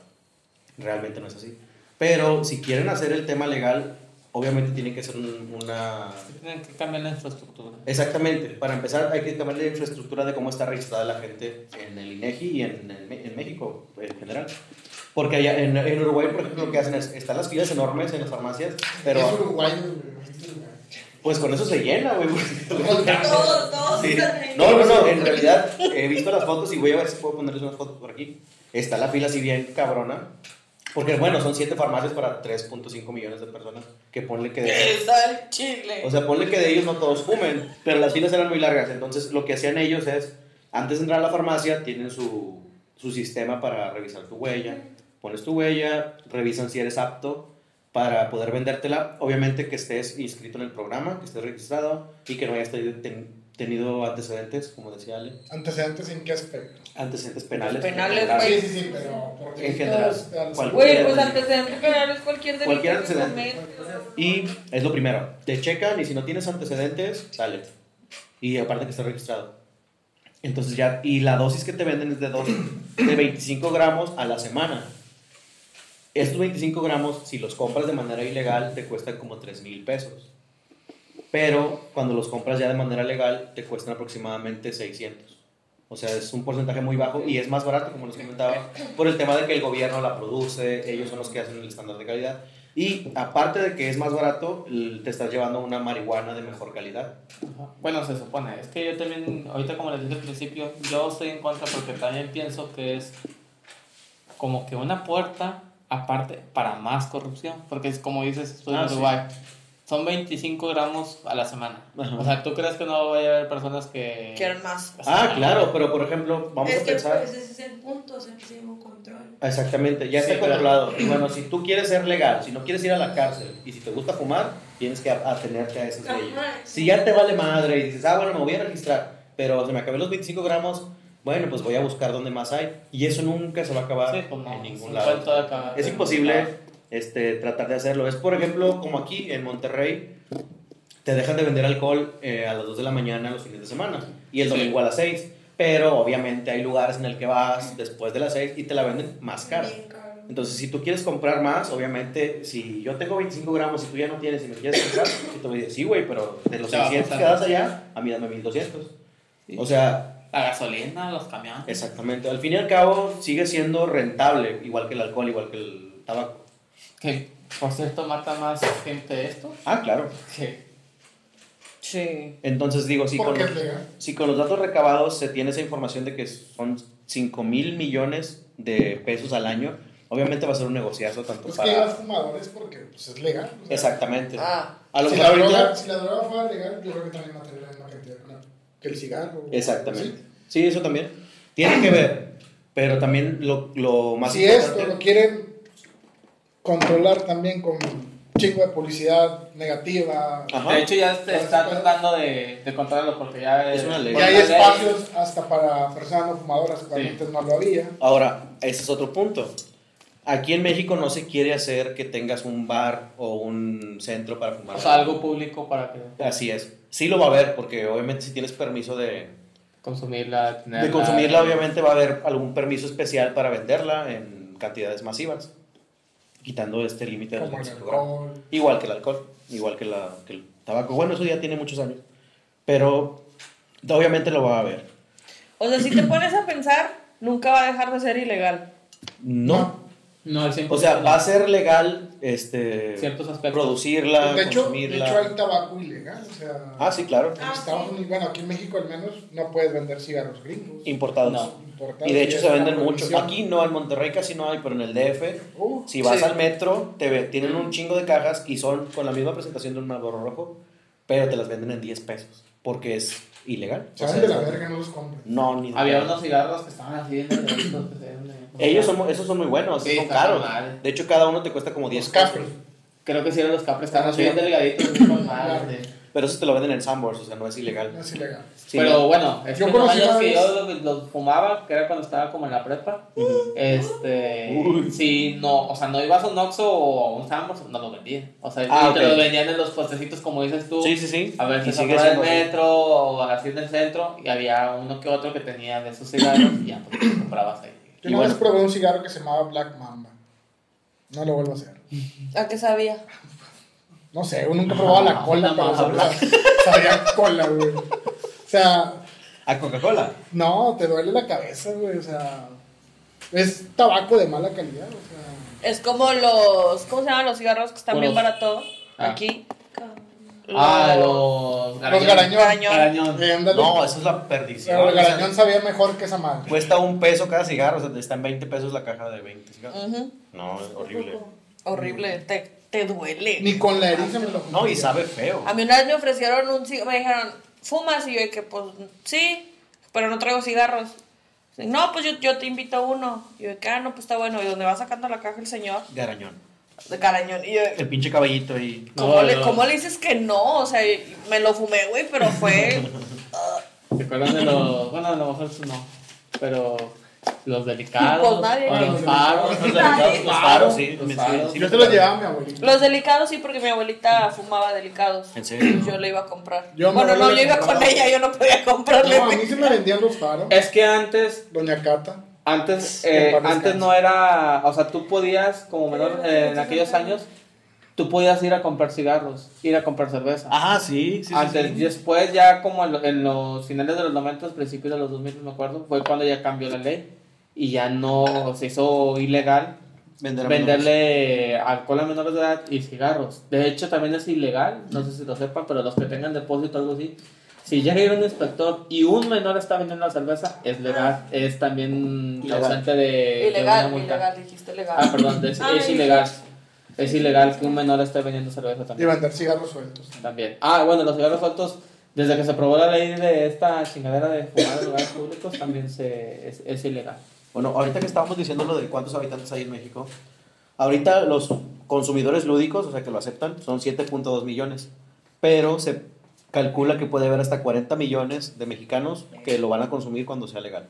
Realmente no es así. Pero si quieren hacer el tema legal, obviamente tiene que ser un- una,
Tienen que cambiar la infraestructura.
Exactamente. Para empezar, hay que cambiar la infraestructura de cómo está registrada la gente en el INEGI y en, el Me- en México en general. Porque allá en, en Uruguay, por ejemplo, lo que hacen es, están las filas enormes en las farmacias,
Es
pero
uruguayo,
pues con eso se llena, güey. porque-
Todos, todos
Sí.
están ahí.
No, no, no, en realidad he visto las fotos y voy a ver si puedo ponerles una foto por aquí. Está la fila así bien cabrona. Porque bueno, son 7 farmacias para 3.5 millones de personas. Que ponle que...
Está el chile.
Eh. O sea, ponle que de ellos no todos fumen, pero las filas eran muy largas. Entonces, lo que hacían ellos es, antes de entrar a la farmacia, tienen su, su sistema para revisar tu huella. Pones tu huella, revisan si eres apto para poder vendértela. Obviamente que estés inscrito en el programa, que estés registrado y que no hayas tenido, ten- tenido antecedentes, como decía Ale,
Antecedentes en qué aspecto.
antecedentes penales.
Penales,
En
Sí,
general.
sí, sí, pero. porque
En general,
todos, al-
¿cuál?
Güey, pues antecedentes penales cualquier delito.
Cualquier
que
antecedente.
cometa.
Y es lo primero, te checan y si no tienes antecedentes, sale. Y aparte que está registrado. Entonces ya, y la dosis que te venden es de, dos, de 25 gramos a la semana. Estos 25 gramos, si los compras de manera ilegal, te cuestan como 3 mil pesos. Pero cuando los compras ya de manera legal, te cuestan aproximadamente 600. O sea, es un porcentaje muy bajo y es más barato, como les comentaba, por el tema de que el gobierno la produce, ellos son los que hacen el estándar de calidad. Y aparte de que es más barato, l- te estás llevando una marihuana de mejor calidad.
Ajá. Bueno, se supone. Es que yo también, ahorita como les dije al principio, yo estoy en contra porque también pienso que es como que una puerta aparte para más corrupción. Porque es como dices, estoy
Ah,
en
sí.
Uruguay. Son 25 gramos a la semana.
Ajá.
O sea, ¿tú crees que no va a haber personas que...
Quieren más.
Ah, claro, pero por ejemplo, vamos
es
a
que
pensar.
pues, ese es el punto, o sea, que se lleva un control.
Exactamente, ya
Sí,
está
claro.
controlado. Y bueno, si tú quieres ser legal, si no quieres ir a la cárcel y si te gusta fumar, tienes que a- atenerte a esas
Ajá.
leyes. Si ya te vale madre y dices, ah, bueno, me voy a registrar, pero se me acabé los 25 gramos, bueno, pues voy a buscar dónde más hay. Y eso nunca se va a acabar
Sí, pues no,
en ningún
se
lado.
puede todo acabar.
Es imposible este, tratar de hacerlo. Es, por ejemplo, como aquí en Monterrey, te dejan de vender alcohol eh, a las 2 de la mañana los fines de semana y el
Sí.
domingo a las 6. Pero obviamente hay lugares en el que vas después de las 6 y te la venden más cara.
Bien caro.
Entonces, si tú quieres comprar más, obviamente, si yo tengo 25 gramos y tú ya no tienes y me quieres comprar, y tú me dices, sí, güey, pero de los
Te va a
600 que
costar
das allá, a mí dame 1200.
Sí.
O sea,
La gasolina, los camiones.
exactamente. Al fin y al cabo, sigue siendo rentable, igual que el alcohol, igual que el tabaco.
Que, por cierto, mata más gente esto
Ah, claro.
que...
Sí.
Entonces digo, si con,
Porque es legal.
si con los datos recabados se tiene esa información de que son 5 mil millones de pesos al año, obviamente va a ser un negociazo tanto
Pues que los
para...
fumadores porque pues, es legal. o sea,
Exactamente.
Ah.
a lo
si,
mejor
la
ahorita-
droga, si la droga fuera legal, yo creo que también mataría la misma cantidad claro, que el cigarro.
Exactamente. Sí, eso también. Tiene que ver. Pero también lo, lo
¿sí?
más
Si esto lo quieren controlar también con chingo de publicidad negativa.
Ajá.
De hecho, ya se está tratando de, de controlarlo porque ya...
Es una ley.
Y hay
Bueno, la ley-
espacios hasta para personas no fumadoras, que
Sí.
antes no lo había.
Ahora, ese es otro punto. Aquí en México no se quiere hacer que tengas un bar o un centro para fumar.
O sea, algo público para que
Así es. Sí lo va a haber, porque obviamente si tienes permiso de,
consumirla, tenerla.
de consumirla, obviamente va a haber algún permiso especial para venderla en cantidades masivas, quitando este límite de los
Como el
25 gramos.
alcohol.
Igual que el alcohol, igual que, la, que el tabaco. Bueno, eso ya tiene muchos años. Pero obviamente lo va a haber.
O sea, si te pones a pensar, nunca va a dejar de ser ilegal.
No.
No, al 100%.
O sea,
no.
va a ser legal este
Ciertos aspectos.
De hecho,
producirla,
de
consumirla.
hecho hay tabaco ilegal. O sea,
Ah, sí, claro.
en Estados Unidos, bueno, aquí en México al menos no puedes vender cigarros gringos.
Importados.
No.
Importados,
Y de
ya
hecho
es
se
una
venden mucho.
prohibición.
Aquí no, en Monterrey casi no hay, pero en el DF,
Uh,
si vas
sí.
al metro, te ve- tienen
Mm.
un chingo de cajas y son con la misma presentación de un Marlboro rojo, pero te las venden en 10 pesos, porque es ilegal. O
Saben
sea,
de la
es-
verga, no los compren.
No, ni de
Había
pedo.
unos cigarros que estaban así en el que se ven de-
Ellos son, mu- esos son muy buenos,
Sí,
son
está
caros.
normal.
De hecho, cada uno te cuesta como 10
Los
pesos.
capri.
Creo que sí eran los capres, estaban así
Sí.
bien delgaditos, así con malas de-
Pero esos te lo venden en Sanborns, o sea, no es
No
ilegal.
es ilegal.
Sí,
Pero bueno, es
Yo
que no
conocí
vayas
una
que
vez-
yo los, los fumaba, que era cuando estaba como en la prepa.
Mm.
Este. Sí, no, o sea, no ibas a un Oxxo o a un Sambors, no lo vendían. O sea,
Ah,
y te
ok.
lo vendían en los puestecitos, como dices tú.
sí, sí, sí.
A ver,
Y
si se
sigue
fuera del
siendo así.
metro o así en el centro, y había uno que otro que tenía de esos cigarros, y ya, pues los comprabas ahí.
Yo
Y
una
bueno.
vez probé un cigarro que se llamaba Black Mamba. No lo vuelvo a hacer.
¿A qué sabía?
No sé, uno nunca probaba
Ah,
la cola.
Una
pero
Mamba
sabía- Sabía cola, güey. O sea,
¿A Coca-Cola?
No, te duele la cabeza, güey, o sea, es tabaco de mala calidad, o sea,
Es como los. ¿Cómo se llaman los cigarros que están
Los-
bien baratos?
Ah.
Aquí.
Ah,
Los-
los
los.
garañón.
Garañón.
Garañón.
Eh, ándale.
No, eso es la
Pero
perdición.
el
o sea,
garañón sabía mejor que esa madre.
cuesta un peso cada cigarro, o sea, te están 20 pesos la caja de 20 cigarros.
Ujú.
Mm.
No, es horrible.
Horrible, te, te duele.
Ni con la eriza me lo
No, y
conseguía.
sabe feo.
A mí una vez me ofrecieron un cigarro, me dijeron, ¿fumas? Y yo dije, pues sí, pero no traigo cigarros. No, pues yo, yo te invito a uno. Y yo dije, ah, no, pues está bueno. Y donde va sacando la caja el señor,
Garañón.
de carañón. Y yo,
El pinche caballito y...
No,
¿cómo, le,
no.
cómo le dices que no? O sea, y- me lo fumé, güey, pero fue...
¿Se acuerdan de los.? Bueno, a lo mejor eso no. Pero. Los delicados.
Pues nadie.
o los faros.
Los delicados, los faros, sí.
Los
me- sí,
faros.
sí
Yo te
me
lo
acuerdo.
llevaba a mi abuelito.
Los delicados sí, porque mi abuelita fumaba delicados.
¿En serio?
Yo le iba a comprar.
Yo me
bueno, no,
voy a
yo iba
comprar.
con ella, yo no podía comprarle.
No, a mí se me vendían los faros.
Es que antes.
Doña Cata.
Antes,
Que en
eh,
paz
antes
descanse.
no era, o sea, tú podías, como menor, eh, en aquellos años, tú podías ir a comprar cigarros, ir a comprar cerveza.
Ajá, Ah, sí, sí, sí,
antes,
sí.
después ya como en, lo- en los finales de los 90, principios de los 2000, no me acuerdo, fue cuando ya cambió la ley y ya no se hizo ilegal
Vender a menores.
venderle alcohol a menores de edad y cigarros. De hecho, también es ilegal, no sé si lo sepan, pero los que tengan depósito o algo así, si llega a ir un inspector y un menor está vendiendo la cerveza, es legal, es también
Ilegal.
causante de,
Eh,
de
Ilegal,
una multa.
ilegal, dijiste legal.
Ah, perdón, es, es
Ay.
ilegal. Es ilegal que un menor esté vendiendo cerveza
Y
también.
vender cigarros sueltos.
también. Ah, bueno, los cigarros sueltos, desde que se aprobó la ley de esta chingadera de fumar en lugares públicos, también se, es, es ilegal.
Bueno, ahorita que estábamos diciendo lo de cuántos habitantes hay en México, ahorita los consumidores lúdicos, o sea, que lo aceptan, son 7.2 millones, pero se calcula que puede haber hasta 40 millones de mexicanos que lo van a consumir cuando sea legal.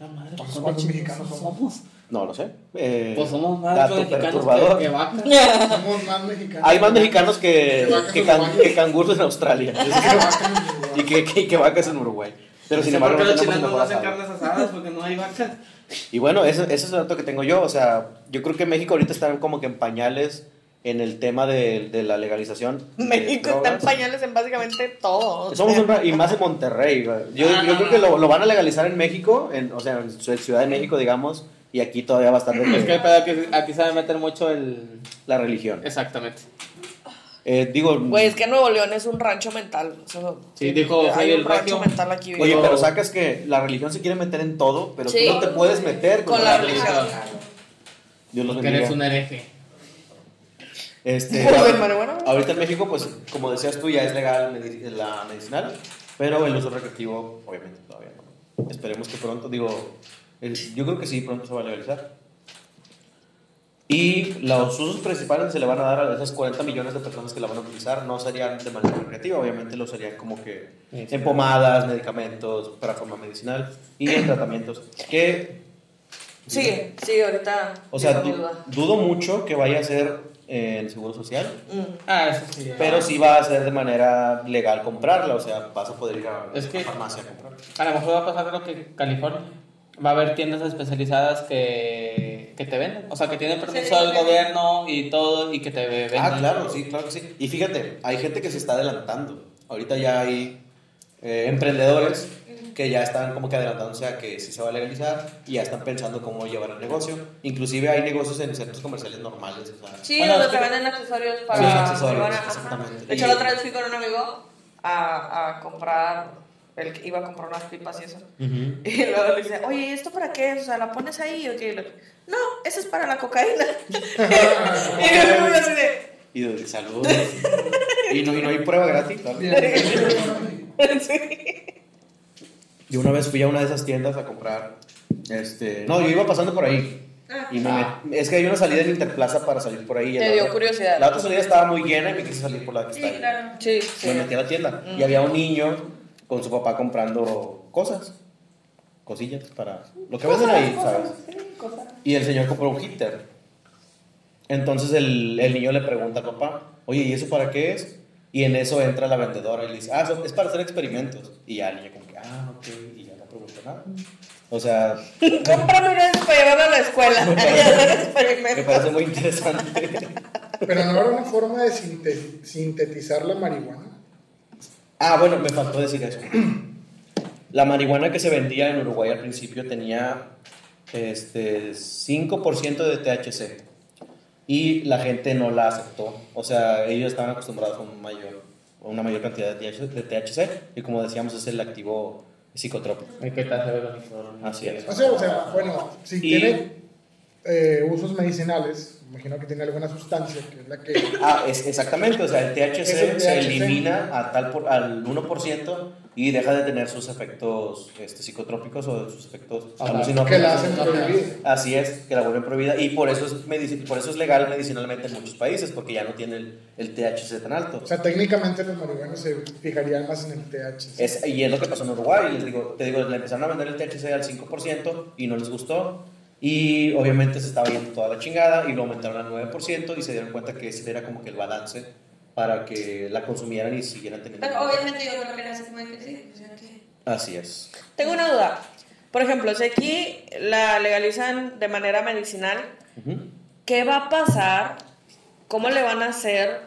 Entonces, ¿cuántos mexicanos somos?
No lo sé. eh,
Pues somos más
dato
mexicanos que,
perturbador.
que vacas.
Somos más mexicanos.
Hay más mexicanos que,
Que vacas
que,
en
can-
Uruguay.
que canguros en Australia
Que vacas en Uruguay.
y que, que- que vacas en Uruguay. Pero sin embargo, no
los
tenemos el
chilenos no
mejor
hacen
asado.
carnes asadas porque no hay vacas.
Y bueno, ese, ese es el dato que tengo yo. O sea, yo creo que México ahorita está como que en pañales en el tema de, de la legalización. de
México está en
drogas.
pañales en básicamente todo. o
Somos
sea.
un ra- y más en Monterrey. güey. Yo,
Ah,
yo creo
no, no.
que lo, lo van a legalizar en México, en, o sea, en Ci- Ciudad de México, digamos, y aquí todavía va a estar de que-
Es que el pedo que aquí se va a meter mucho el.
la religión.
Exactamente.
Eh, digo,
Güey, es que Nuevo León es un rancho mental. Eso-
Sí, dijo
Hay
Javier
un rancho
Regio.
mental aquí. güey.
mm, oye, pero sacas que la religión se quiere meter en todo, pero
Sí.
tú no te puedes meter con,
Con la religión.
Ah,
Dios los
Que eres un
bendiga.
hereje.
Este,
Pues, de marihuana.
ahorita en México, pues, como decías tú, ya es legal medi- la medicinal, pero el uso recreativo, obviamente, todavía no. Esperemos que pronto, digo, el- yo creo que sí, pronto se va a legalizar. Y los usos principales que se le van a dar a esas 40 millones de personas que la van a utilizar no serían de manera recreativa, obviamente lo serían como que en pomadas, medicamentos, para forma medicinal y en tratamientos. Que
Sí, sí, ahorita.
o sea,
sí,
du-
duda.
dudo mucho que vaya a ser eh, en Seguro Social,
Mm.
Ah, eso sí.
pero sí va a ser de manera legal comprarla, o sea, vas a poder ir a
Es que-
a farmacia a comprarla.
A lo mejor va a pasar lo que en California. Va a haber tiendas especializadas que, que te venden. O sea, que tienen permiso del gobierno y todo y que te venden.
Ah, claro, sí, claro que sí. Y fíjate, hay gente que se está adelantando. Ahorita ya hay eh, emprendedores que ya están como que adelantándose a que sí se va a legalizar y ya están pensando cómo llevar el negocio. Inclusive hay negocios en centros comerciales normales. O sea,
Sí,
Bueno,
donde
sí.
te venden accesorios para.
Sí, accesorios,
para- ajá.
exactamente.
De hecho,
Y-
la otra vez fui con un amigo a, a comprar. Él que iba a comprar unas pipas y eso. Y luego le dice, oye, ¿y esto para qué? es? O sea, ¿la pones ahí? o qué?" Y le- no, eso es para la cocaína. y yo me así de.
Y de saludos. y, no, y no hay prueba gratis. también.
Sí.
Yo una vez fui a una de esas tiendas a comprar. Este, no, yo iba pasando por ahí. Y me met- es que hay una salida en Interplaza para salir por ahí. y
Te
la
dio
otra-
curiosidad.
La otra salida estaba muy llena y me quise salir por la que está ahí.
claro.
Sí,
Me metí a la tienda y había un niño con su papá comprando cosas, cosillas para lo que venden ahí, ¿sabes? Y el señor compró un hitter. Entonces el, el niño le pregunta al papá, oye, ¿y eso para qué es? Y en eso entra la vendedora y le dice, ah, eso es para hacer experimentos. Y ya el niño como que, ah, ok, y ya no preguntó nada. O sea,
Cómprame una vez para llevarla a la escuela.
Me
Y hacer
me
experimentos.
parece muy interesante.
Pero no habrá una forma de sinte- sintetizar la marihuana.
Ah, bueno, me faltó decir eso. La marihuana que se vendía en Uruguay al principio tenía este 5% de THC y la gente no la aceptó. O sea, ellos estaban acostumbrados a un mayor, a una mayor cantidad de THC, de THC, y como decíamos es el activo psicotrópico.
Hay que tratar de ver lo mismo.
Así es.
O sea, o sea, bueno, si
Y-
tiene eh, usos medicinales, imagino que tiene alguna sustancia que es la que.
Ah, es, exactamente, o sea, el THC,
Es el
se
THC.
elimina a tal por, al 1% y deja de tener sus efectos este, psicotrópicos o sus efectos
Ajá.
alucinógenos.
que la hacen prohibida.
Así es, que la vuelven prohibida y por eso es, medici- por eso es legal medicinalmente en muchos países, porque ya no tiene el, el THC tan alto.
O sea, técnicamente los marihuanos se fijarían más en el THC.
Es- y es lo que pasó en Uruguay, les digo, te digo, le empezaron a vender el THC al 5% y no les gustó. Y obviamente se estaba yendo toda la chingada y lo aumentaron al 9% y se dieron cuenta que ese era como que el balance para que la consumieran y siguieran teniendo.
Pero obviamente yo creo que nace como de que sí, o sea que.
Así es.
Tengo una duda. Por ejemplo, si aquí la legalizan de manera medicinal,
Ujú.
¿qué va a pasar? ¿Cómo le van a hacer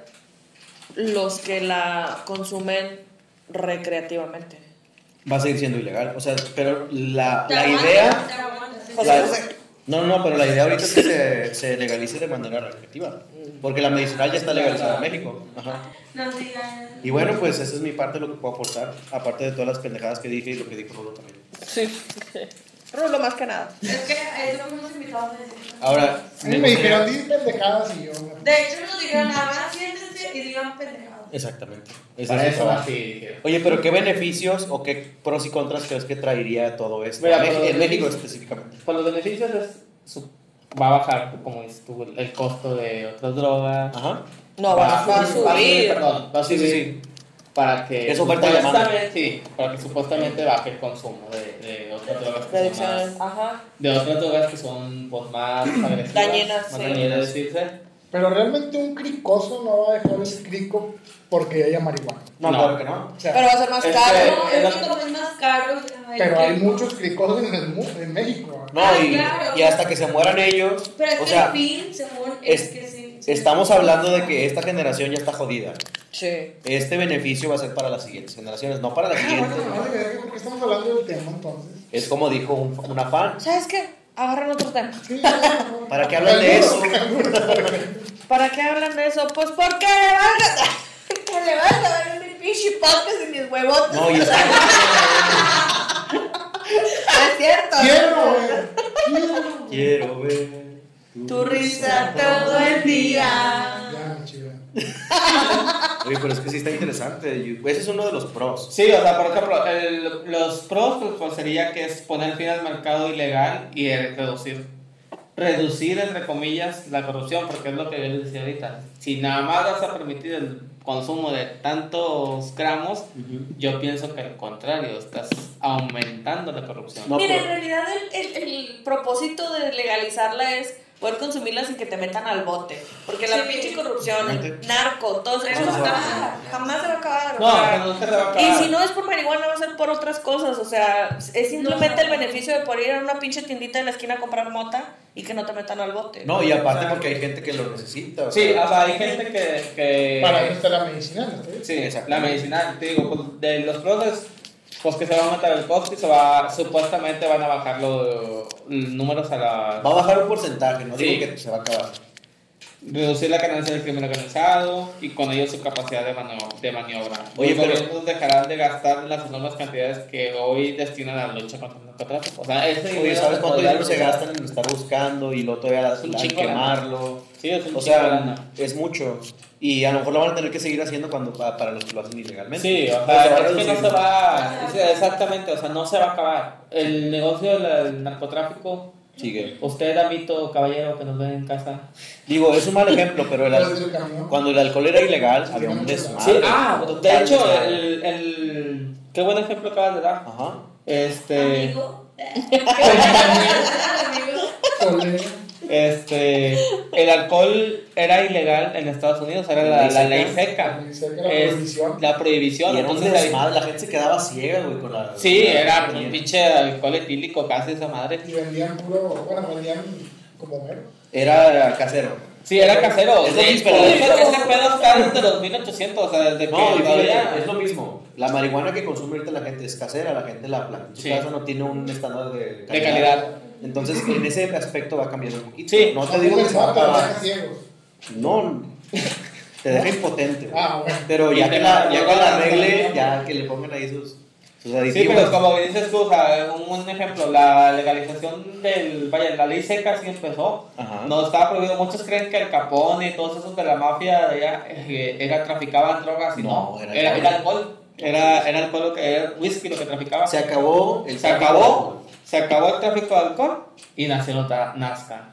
los que la consumen recreativamente?
Va a seguir siendo ilegal. O sea, pero la,
Te
la
aguantas,
idea.
te aguantas.
O sea,
La- no, no, pero la idea ahorita es que se, se legalice de manera recreativa. Porque la medicinal ya está legalizada en México. Ajá.
No digan.
Y bueno, pues esa es mi parte, lo que puedo aportar. Aparte de todas las pendejadas que dije y lo que dijo Rulo también.
Sí. Rulo, más que nada.
Es que es lo que nos invitaban a decir.
Ahora,
A mí me dijeron, di pendejadas y yo.
De hecho, nos dijeron nada más siéntense y digan pendejadas.
Exactamente. Ese
Para
es el
eso
trabajo.
así.
Oye, pero ¿qué beneficios o qué pros y contras crees que traería todo esto?
Mira,
En
pero-
Mex- en México específicamente.
Por pues los beneficios es su- va a bajar, como dices tú, el- el costo de otras drogas.
Ajá.
No, va, va a subir.
perdón, va a
Sí,
subir
sí, sí.
para que
Es oferta y demanda.
supuestamente- sí, para que supuestamente baje el consumo de, de otras drogas que son
Reducciones.
más,
Ajá.
de otras drogas que son pues, más agresivas,
Dañinas,
más
sí.
dañinas, decirse.
Pero realmente un cricoso no va a dejar el crico porque haya marihuana.
No,
No.
claro que no.
O
Pero
sea,
va a ser más
Este-
Eh,
caro.
No, es que como es más caro.
pero hay muchos cricosos en, el mu- en México.
No,
Ah,
y,
claro.
y hasta que se mueran ellos.
Pero es
o
que
sea,
el fin, según, es,
es-
que sí. sí.
estamos hablando de que esta generación ya está jodida.
Sí.
Este beneficio va a ser para las siguientes generaciones, no para las
Ah, bueno,
siguientes.
no, vale, verga, ¿por qué estamos hablando del tema entonces?
Es como dijo un, una fan.
¿Sabes qué? Agarran otro tema.
Sí, no, no.
¿Para qué hablan de eso?
¿Para qué hablan de eso? Pues porque le van a... que le van a ver mi pinche podcast y mis huevotes.
No, y es que-
es cierto.
Quiero, ver, quiero.
quiero ver.
Tu risa todo el día.
Ya, chido.
Oye, pero es que sí está interesante. y Ese es uno de los pros.
Sí, o sea, por ejemplo, el- los pros pues, pues, sería que es poner fin al mercado ilegal y eh, reducir, reducir entre comillas la corrupción, porque es lo que yo les decía ahorita. Si nada más vas a permitir el consumo de tantos gramos, yo pienso que al contrario, estás aumentando la corrupción.
No,
Mira, en
pero,
realidad el, el- el propósito de legalizarla es poder consumirla sin que te metan al bote. Porque la
Sí.
pinche corrupción,
Realmente.
narco, todo eso
Jamás
no
se
se
va
va
a
a acabar. Jamás se va a acabar. o
No,
sea,
pero no se te va a
Y
acabar.
si no es por marihuana, va a ser por otras cosas. O sea, es simplemente el beneficio de poder ir a una pinche tiendita en la esquina a comprar mota y que no te metan al bote.
no, y aparte porque hay gente que lo necesita. o
Sí, ah.
sea,
o sea, hay gente que... que
Para eso está la medicina, ¿no?
Sí, la medicina, te digo, pues, de los pros es Pues que se va a matar el Fox y se va, supuestamente van a bajar los números a la...
Va a bajar un porcentaje, no
Sí.
digo que se va a acabar.
Reducir la ganancia del crimen organizado y con ello su capacidad de, mano- de maniobra.
Oye,
Los
pero-
gobiernos dejarán de gastar las enormes cantidades que hoy destinan a la lucha contra el narcotráfico. O sea, este
Oye,
dinero
¿sabes cuánto
podrá
dinero se
utilizar-
gastan en estar buscando y luego todavía las,
Un
la-
chingo de
quemarlo?
Sí, es un
O
chingo de
sea,
lana.
es mucho. Y a lo mejor lo van a tener que seguir haciendo cuando pa- para los que lo hacen ilegalmente.
Sí, o
Pero
sea,
va a
es que no
reducir.
se va, o sea, exactamente, o sea, no se va a acabar. El negocio del narcotráfico,
Sigue.
usted, amito, caballero, que nos ven en casa.
Digo, es un mal ejemplo, pero el al-
el camión.
cuando el alcohol era ilegal, había un desmadre.
Sí, ah, de
Total
hecho,
desmadre.
el, el, qué buen ejemplo acabas de dar.
Ajá.
Este,
Amigo.
Ole.
este, el alcohol era ilegal en Estados Unidos, era la, la ley seca.
Ni cerca de la
Es
prohibición.
la prohibición.
Y era un
entonces, la-
desmadre, la gente se quedaba ciega, güey, con la...
Sí,
con la-
era un pinche alcohol etílico casi esa madre.
Y vendían puro, bueno, vendían como mero.
Era casero.
Sí, era casero.
Es
Sí,
lo mismo.
pero eso- ese pedo está desde los 1800, o sea, desde
No,
que
y
todavía...
fíjate, es lo mismo. La marihuana que consume ahorita la gente es casera, la gente la planta.
Sí.
casa no tiene un estándar de calidad.
De calidad.
Entonces, en ese aspecto va cambiando un poquito.
Sí.
No te digo que se va a
Pero
acabar.
dejan ciegos.
No, te deja impotente. güey.
Ah, bueno.
Pero
Y
ya
te
que la, ya
mata,
que
te
la
mata, te
arregle,
mata.
ya que le pongan ahí sus, sus
Sí,
aditivos.
pero como dices tú, o sea, un, un ejemplo, la legalización del, vaya, la ley seca sí empezó,
Ajá.
no estaba prohibido, muchos creen que el Capone y todos esos de la mafia de allá, eh, era, traficaban drogas y no,
No, era
era, era
alcohol.
alcohol, era, era alcohol lo que, era whisky lo que traficaba,
Se
se,
acabó el tráfico de alcohol.
acabó, se acabó el tráfico de alcohol y nació la otra Nazca.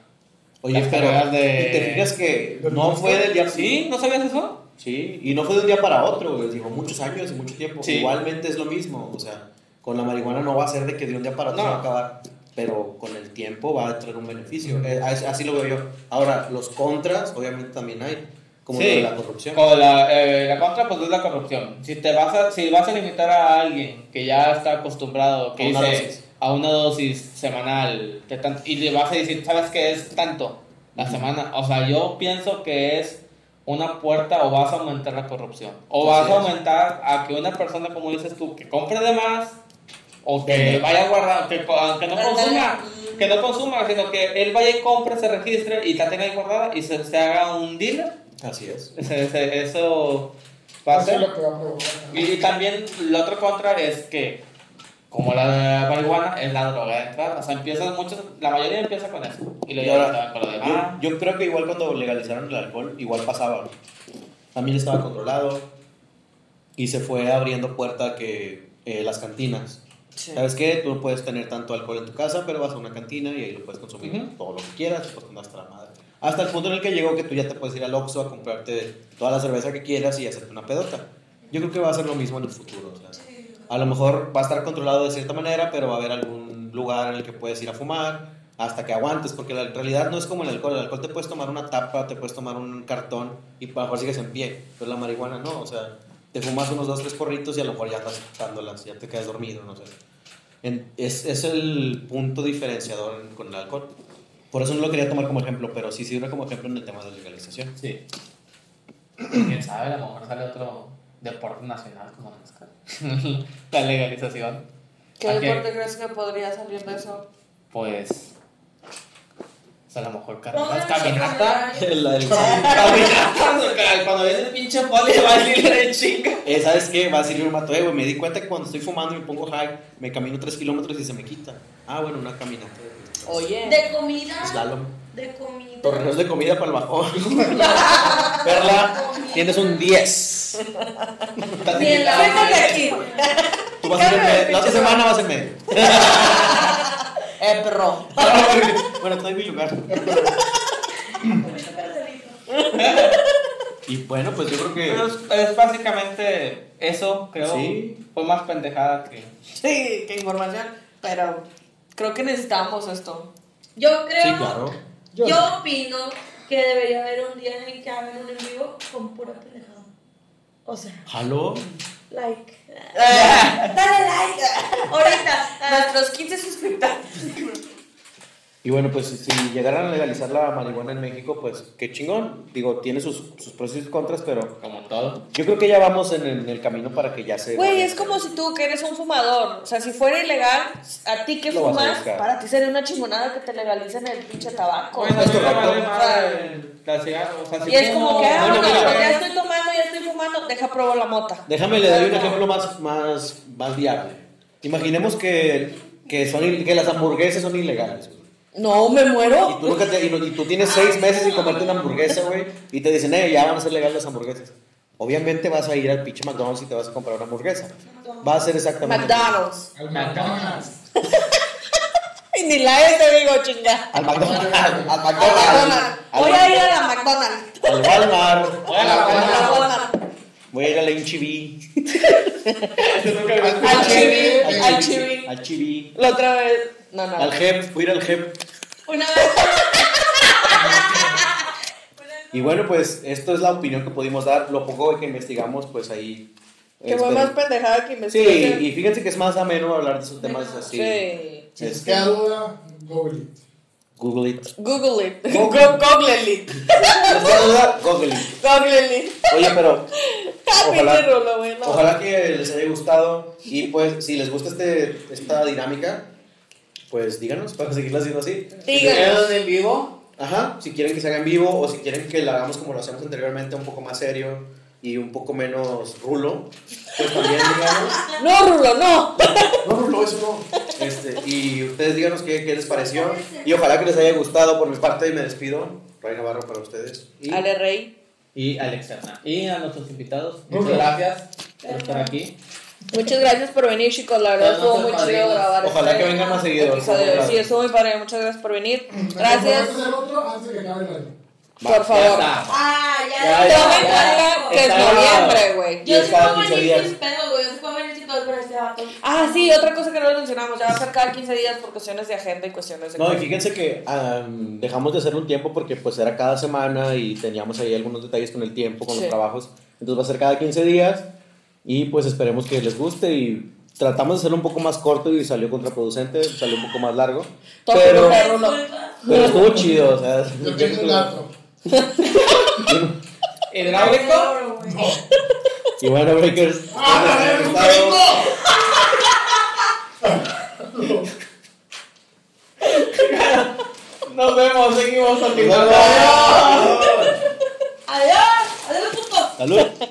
Oye,
Las
pero
carreras de-
¿y te fijas que
Pero
no
no
fue del día
¿Sí? ¿No sabías eso?
Sí, y no fue de un día para otro, güey. Digo, muchos años y mucho tiempo.
Sí.
Igualmente es lo mismo. O sea, con la marihuana no va a ser de que de un día para otro
No.
se va a acabar. Pero con el tiempo va a traer un beneficio. Eh, as- así lo veo yo. Ahora, los contras, obviamente también hay. Como
Sí.
lo de la corrupción.
Con la, eh, la contra pues es la corrupción. Si te vas a, si vas a limitar a alguien que ya está acostumbrado, que
A una
dice,
dosis.
a una dosis semanal de tanto, y le vas a decir, ¿sabes qué es tanto la semana? O sea, yo pienso que es una puerta o vas a aumentar la corrupción. O vas
Así
a
es.
aumentar a que una persona, como dices tú, que compre de más o que
Vende.
vaya a guardar, que, co- aunque no
Ándale.
consuma, que no consuma, sino que él vaya y compre, se registre y la tenga ahí guardada y se, se haga un dealer.
Así es.
Ese- ese- eso
Eso es
pasa.
lo que va a provocar.
Y, y también la otra contra es que, como la marihuana es la droga de entrada, o sea, empiezan muchos, la mayoría empieza con eso. Y
Y
luego
ahora,
ya con lo demás.
Yo, yo creo que igual cuando legalizaron el alcohol, igual pasaba. ¿no? También estaba controlado y se fue abriendo puerta que eh, las cantinas. ¿Sabes qué? Tú no puedes tener tanto alcohol en tu casa, pero vas a una cantina y ahí lo puedes consumir
Ujú.
todo lo que quieras, te puedes poner hasta la madre. Hasta el punto en el que llegó que tú ya te puedes ir al Oxxo a comprarte toda la cerveza que quieras y hacerte una pedota. Yo creo que va a ser lo mismo en el futuro. o sea, a lo mejor va a estar controlado de cierta manera, pero va a haber algún lugar en el que puedes ir a fumar hasta que aguantes, porque la- en realidad no es como el alcohol. El alcohol te puedes tomar una tapa, te puedes tomar un cartón y a lo mejor sigues en pie, pero la marihuana no, o sea, te fumas unos dos, tres porritos y a lo mejor ya estás dándolas, ya te quedas dormido, no sé. En- es, es el punto diferenciador en- con el alcohol. Por eso no lo quería tomar como ejemplo, pero sí sirve como ejemplo en el tema de legalización.
Sí. Quién sabe, a lo mejor sale otro deporte nacional como la mezcla. la legalización.
¿Qué
¿A qué?
deporte crees que podría salir de eso?
Pues. o sea, a lo mejor car-
Pónganse
caminata.
a
La del-
Caminata, cuando ves el pinche poli te va a decir de chinga.
Eh, ¿Sabes qué? Va a servir un mato, eh, güey. Me di cuenta que cuando estoy fumando y me pongo high, me camino 3 kilómetros y se me quita. Ah, bueno, una caminata. pues,
Oye.
De comida.
Slalom.
De comida.
Torneos de comida para el bajón. Perla, tienes un 10.
Estás
Ni en la-
invitada.
Sácate aquí.
Tú vas a ser medio. La otra semana vas en medio.
Eh, perro.
bueno, estoy en mi lugar. Y bueno, pues yo creo
Pero
que.
es, es básicamente eso, creo.
Sí.
Fue más pendejada que.
Sí, qué información. Pero creo que necesitamos esto.
Yo creo.
Sí, claro.
Yo, opino que debería haber un día en que hagan un en vivo con pura pendejada. O sea,
Halo.
like.
Eh,
Dale like. Ahorita. ah,
nuestros 15 suscriptores.
Y bueno, pues si llegaran a legalizar la marihuana en México, pues qué chingón. Digo, tiene sus, sus pros y sus contras, pero
Como todo.
yo creo que ya vamos en, el- en el camino para que ya se...
Güey, es como si tú que eres un fumador. O sea, si fuera ilegal, a ti que
Lo vas a
fumas,
buscar.
para ti sería una chingonada que te legalicen el pinche tabaco.
Bueno, a mí me
correcto.
vale madre la cigarra, o sea, si
y es
tengo-
como que, ah,
Bueno,
bueno,
mira,
ya estoy tomando, ya estoy fumando, deja probar la mota.
Déjame le doy un ejemplo más, más, más viable. Imaginemos que, que, son, il- que las hamburguesas son ilegales. güey.
No, me
Y tú,
muero.
nunca te- y no- y tú tienes
Ah.
seis meses sin comerte una hamburguesa, güey. Y te dicen, eh, ya van a ser legales las hamburguesas. Obviamente vas a ir al pinche McDonald's y te vas a comprar una hamburguesa. Va a ser exactamente.
McDonald's.
Al McDonald's.
Y ni la S digo, chinga.
Al McDonald's. Al
A McDonald's.
McDonald's.
Voy a ir
Al,
a la McDonald's.
al Walmart.
voy a la
A la
buena.
Walmart.
Voy a ir E a la HB.
Al chibi. Al E chibi.
Al Chibi.
La otra vez. No, no.
Al Jep. Voy a ir al E Jep.
Una vez.
Y bueno, pues esto es la opinión que pudimos dar. Lo poco que investigamos, pues ahí.
Que fue
espero-
más pendejada que me
Sí, y fíjense que es más ameno hablar de esos temas así.
Sí.
Si les
Este,
queda duda, Google it.
Google it.
Google it. Go-
Google.
Google it.
Les queda duda, Google it.
Google it.
Oye, pero
Ah,
Ojalá.
pinche rulo, güey. no.
ojalá que les haya gustado. Y pues, si les gusta este, esta dinámica, pues díganos para seguirla haciendo así.
Díganos.
en vivo?
Ajá, si quieren que se haga en vivo o si quieren que la hagamos como lo hacemos anteriormente, un poco más serio y un poco menos rulo, pues también díganos.
No, Rulo, no.
No, no, no, eso no. Este, y ustedes díganos qué, qué les pareció. Y ojalá que les haya gustado. Por mi parte, me despido. Ray Navarro para ustedes. Y
Ale Rey,
Y Alex Hernán. Y a nuestros invitados, muchas gracias por estar aquí.
muchas gracias por venir, chicos. La verdad
Ya no
estuvo
soy
muy chido
padrino.
grabar.
Ojalá
este
que vengan más seguido.
episodio.
Ojalá.
Sí, estuvo muy padre. Muchas gracias por venir.
Mm,
Vamos a
Gracias.
hacer otro antes de que acabe el año.
Por favor.
Ya está.
Ah,
Ya,
ya.
ya,
Toma
Toma
en
ya,
cuenta que es
Está
noviembre,
grabado.
Yo
güey.
Y es
sí
cada
puedo
15
venir
días.
sin pedo, güey. Yo sí puedo venir sin pedo con este vato.
Ah, sí, otra cosa que no les mencionamos. Ya va a ser cada 15 días por cuestiones de agenda y cuestiones de.
No, y fíjense que am, dejamos de hacer un tiempo porque pues era cada semana y teníamos ahí algunos detalles con el tiempo, con
Sí.
los trabajos. Entonces va a ser cada 15 días y pues esperemos que les guste y tratamos de hacerlo un poco más corto y salió contraproducente, salió un poco más largo.
Todo
Pero,
culpa de Rulo.
Disculpa.
pero estuvo chido, o sea,
Yo tengo un dato.
¿Hidráulico?
Y bueno, Breakers. espero que les haya gustado.
Nos vemos, seguimos al final.
Adiós. Adiós, puto.
Salud.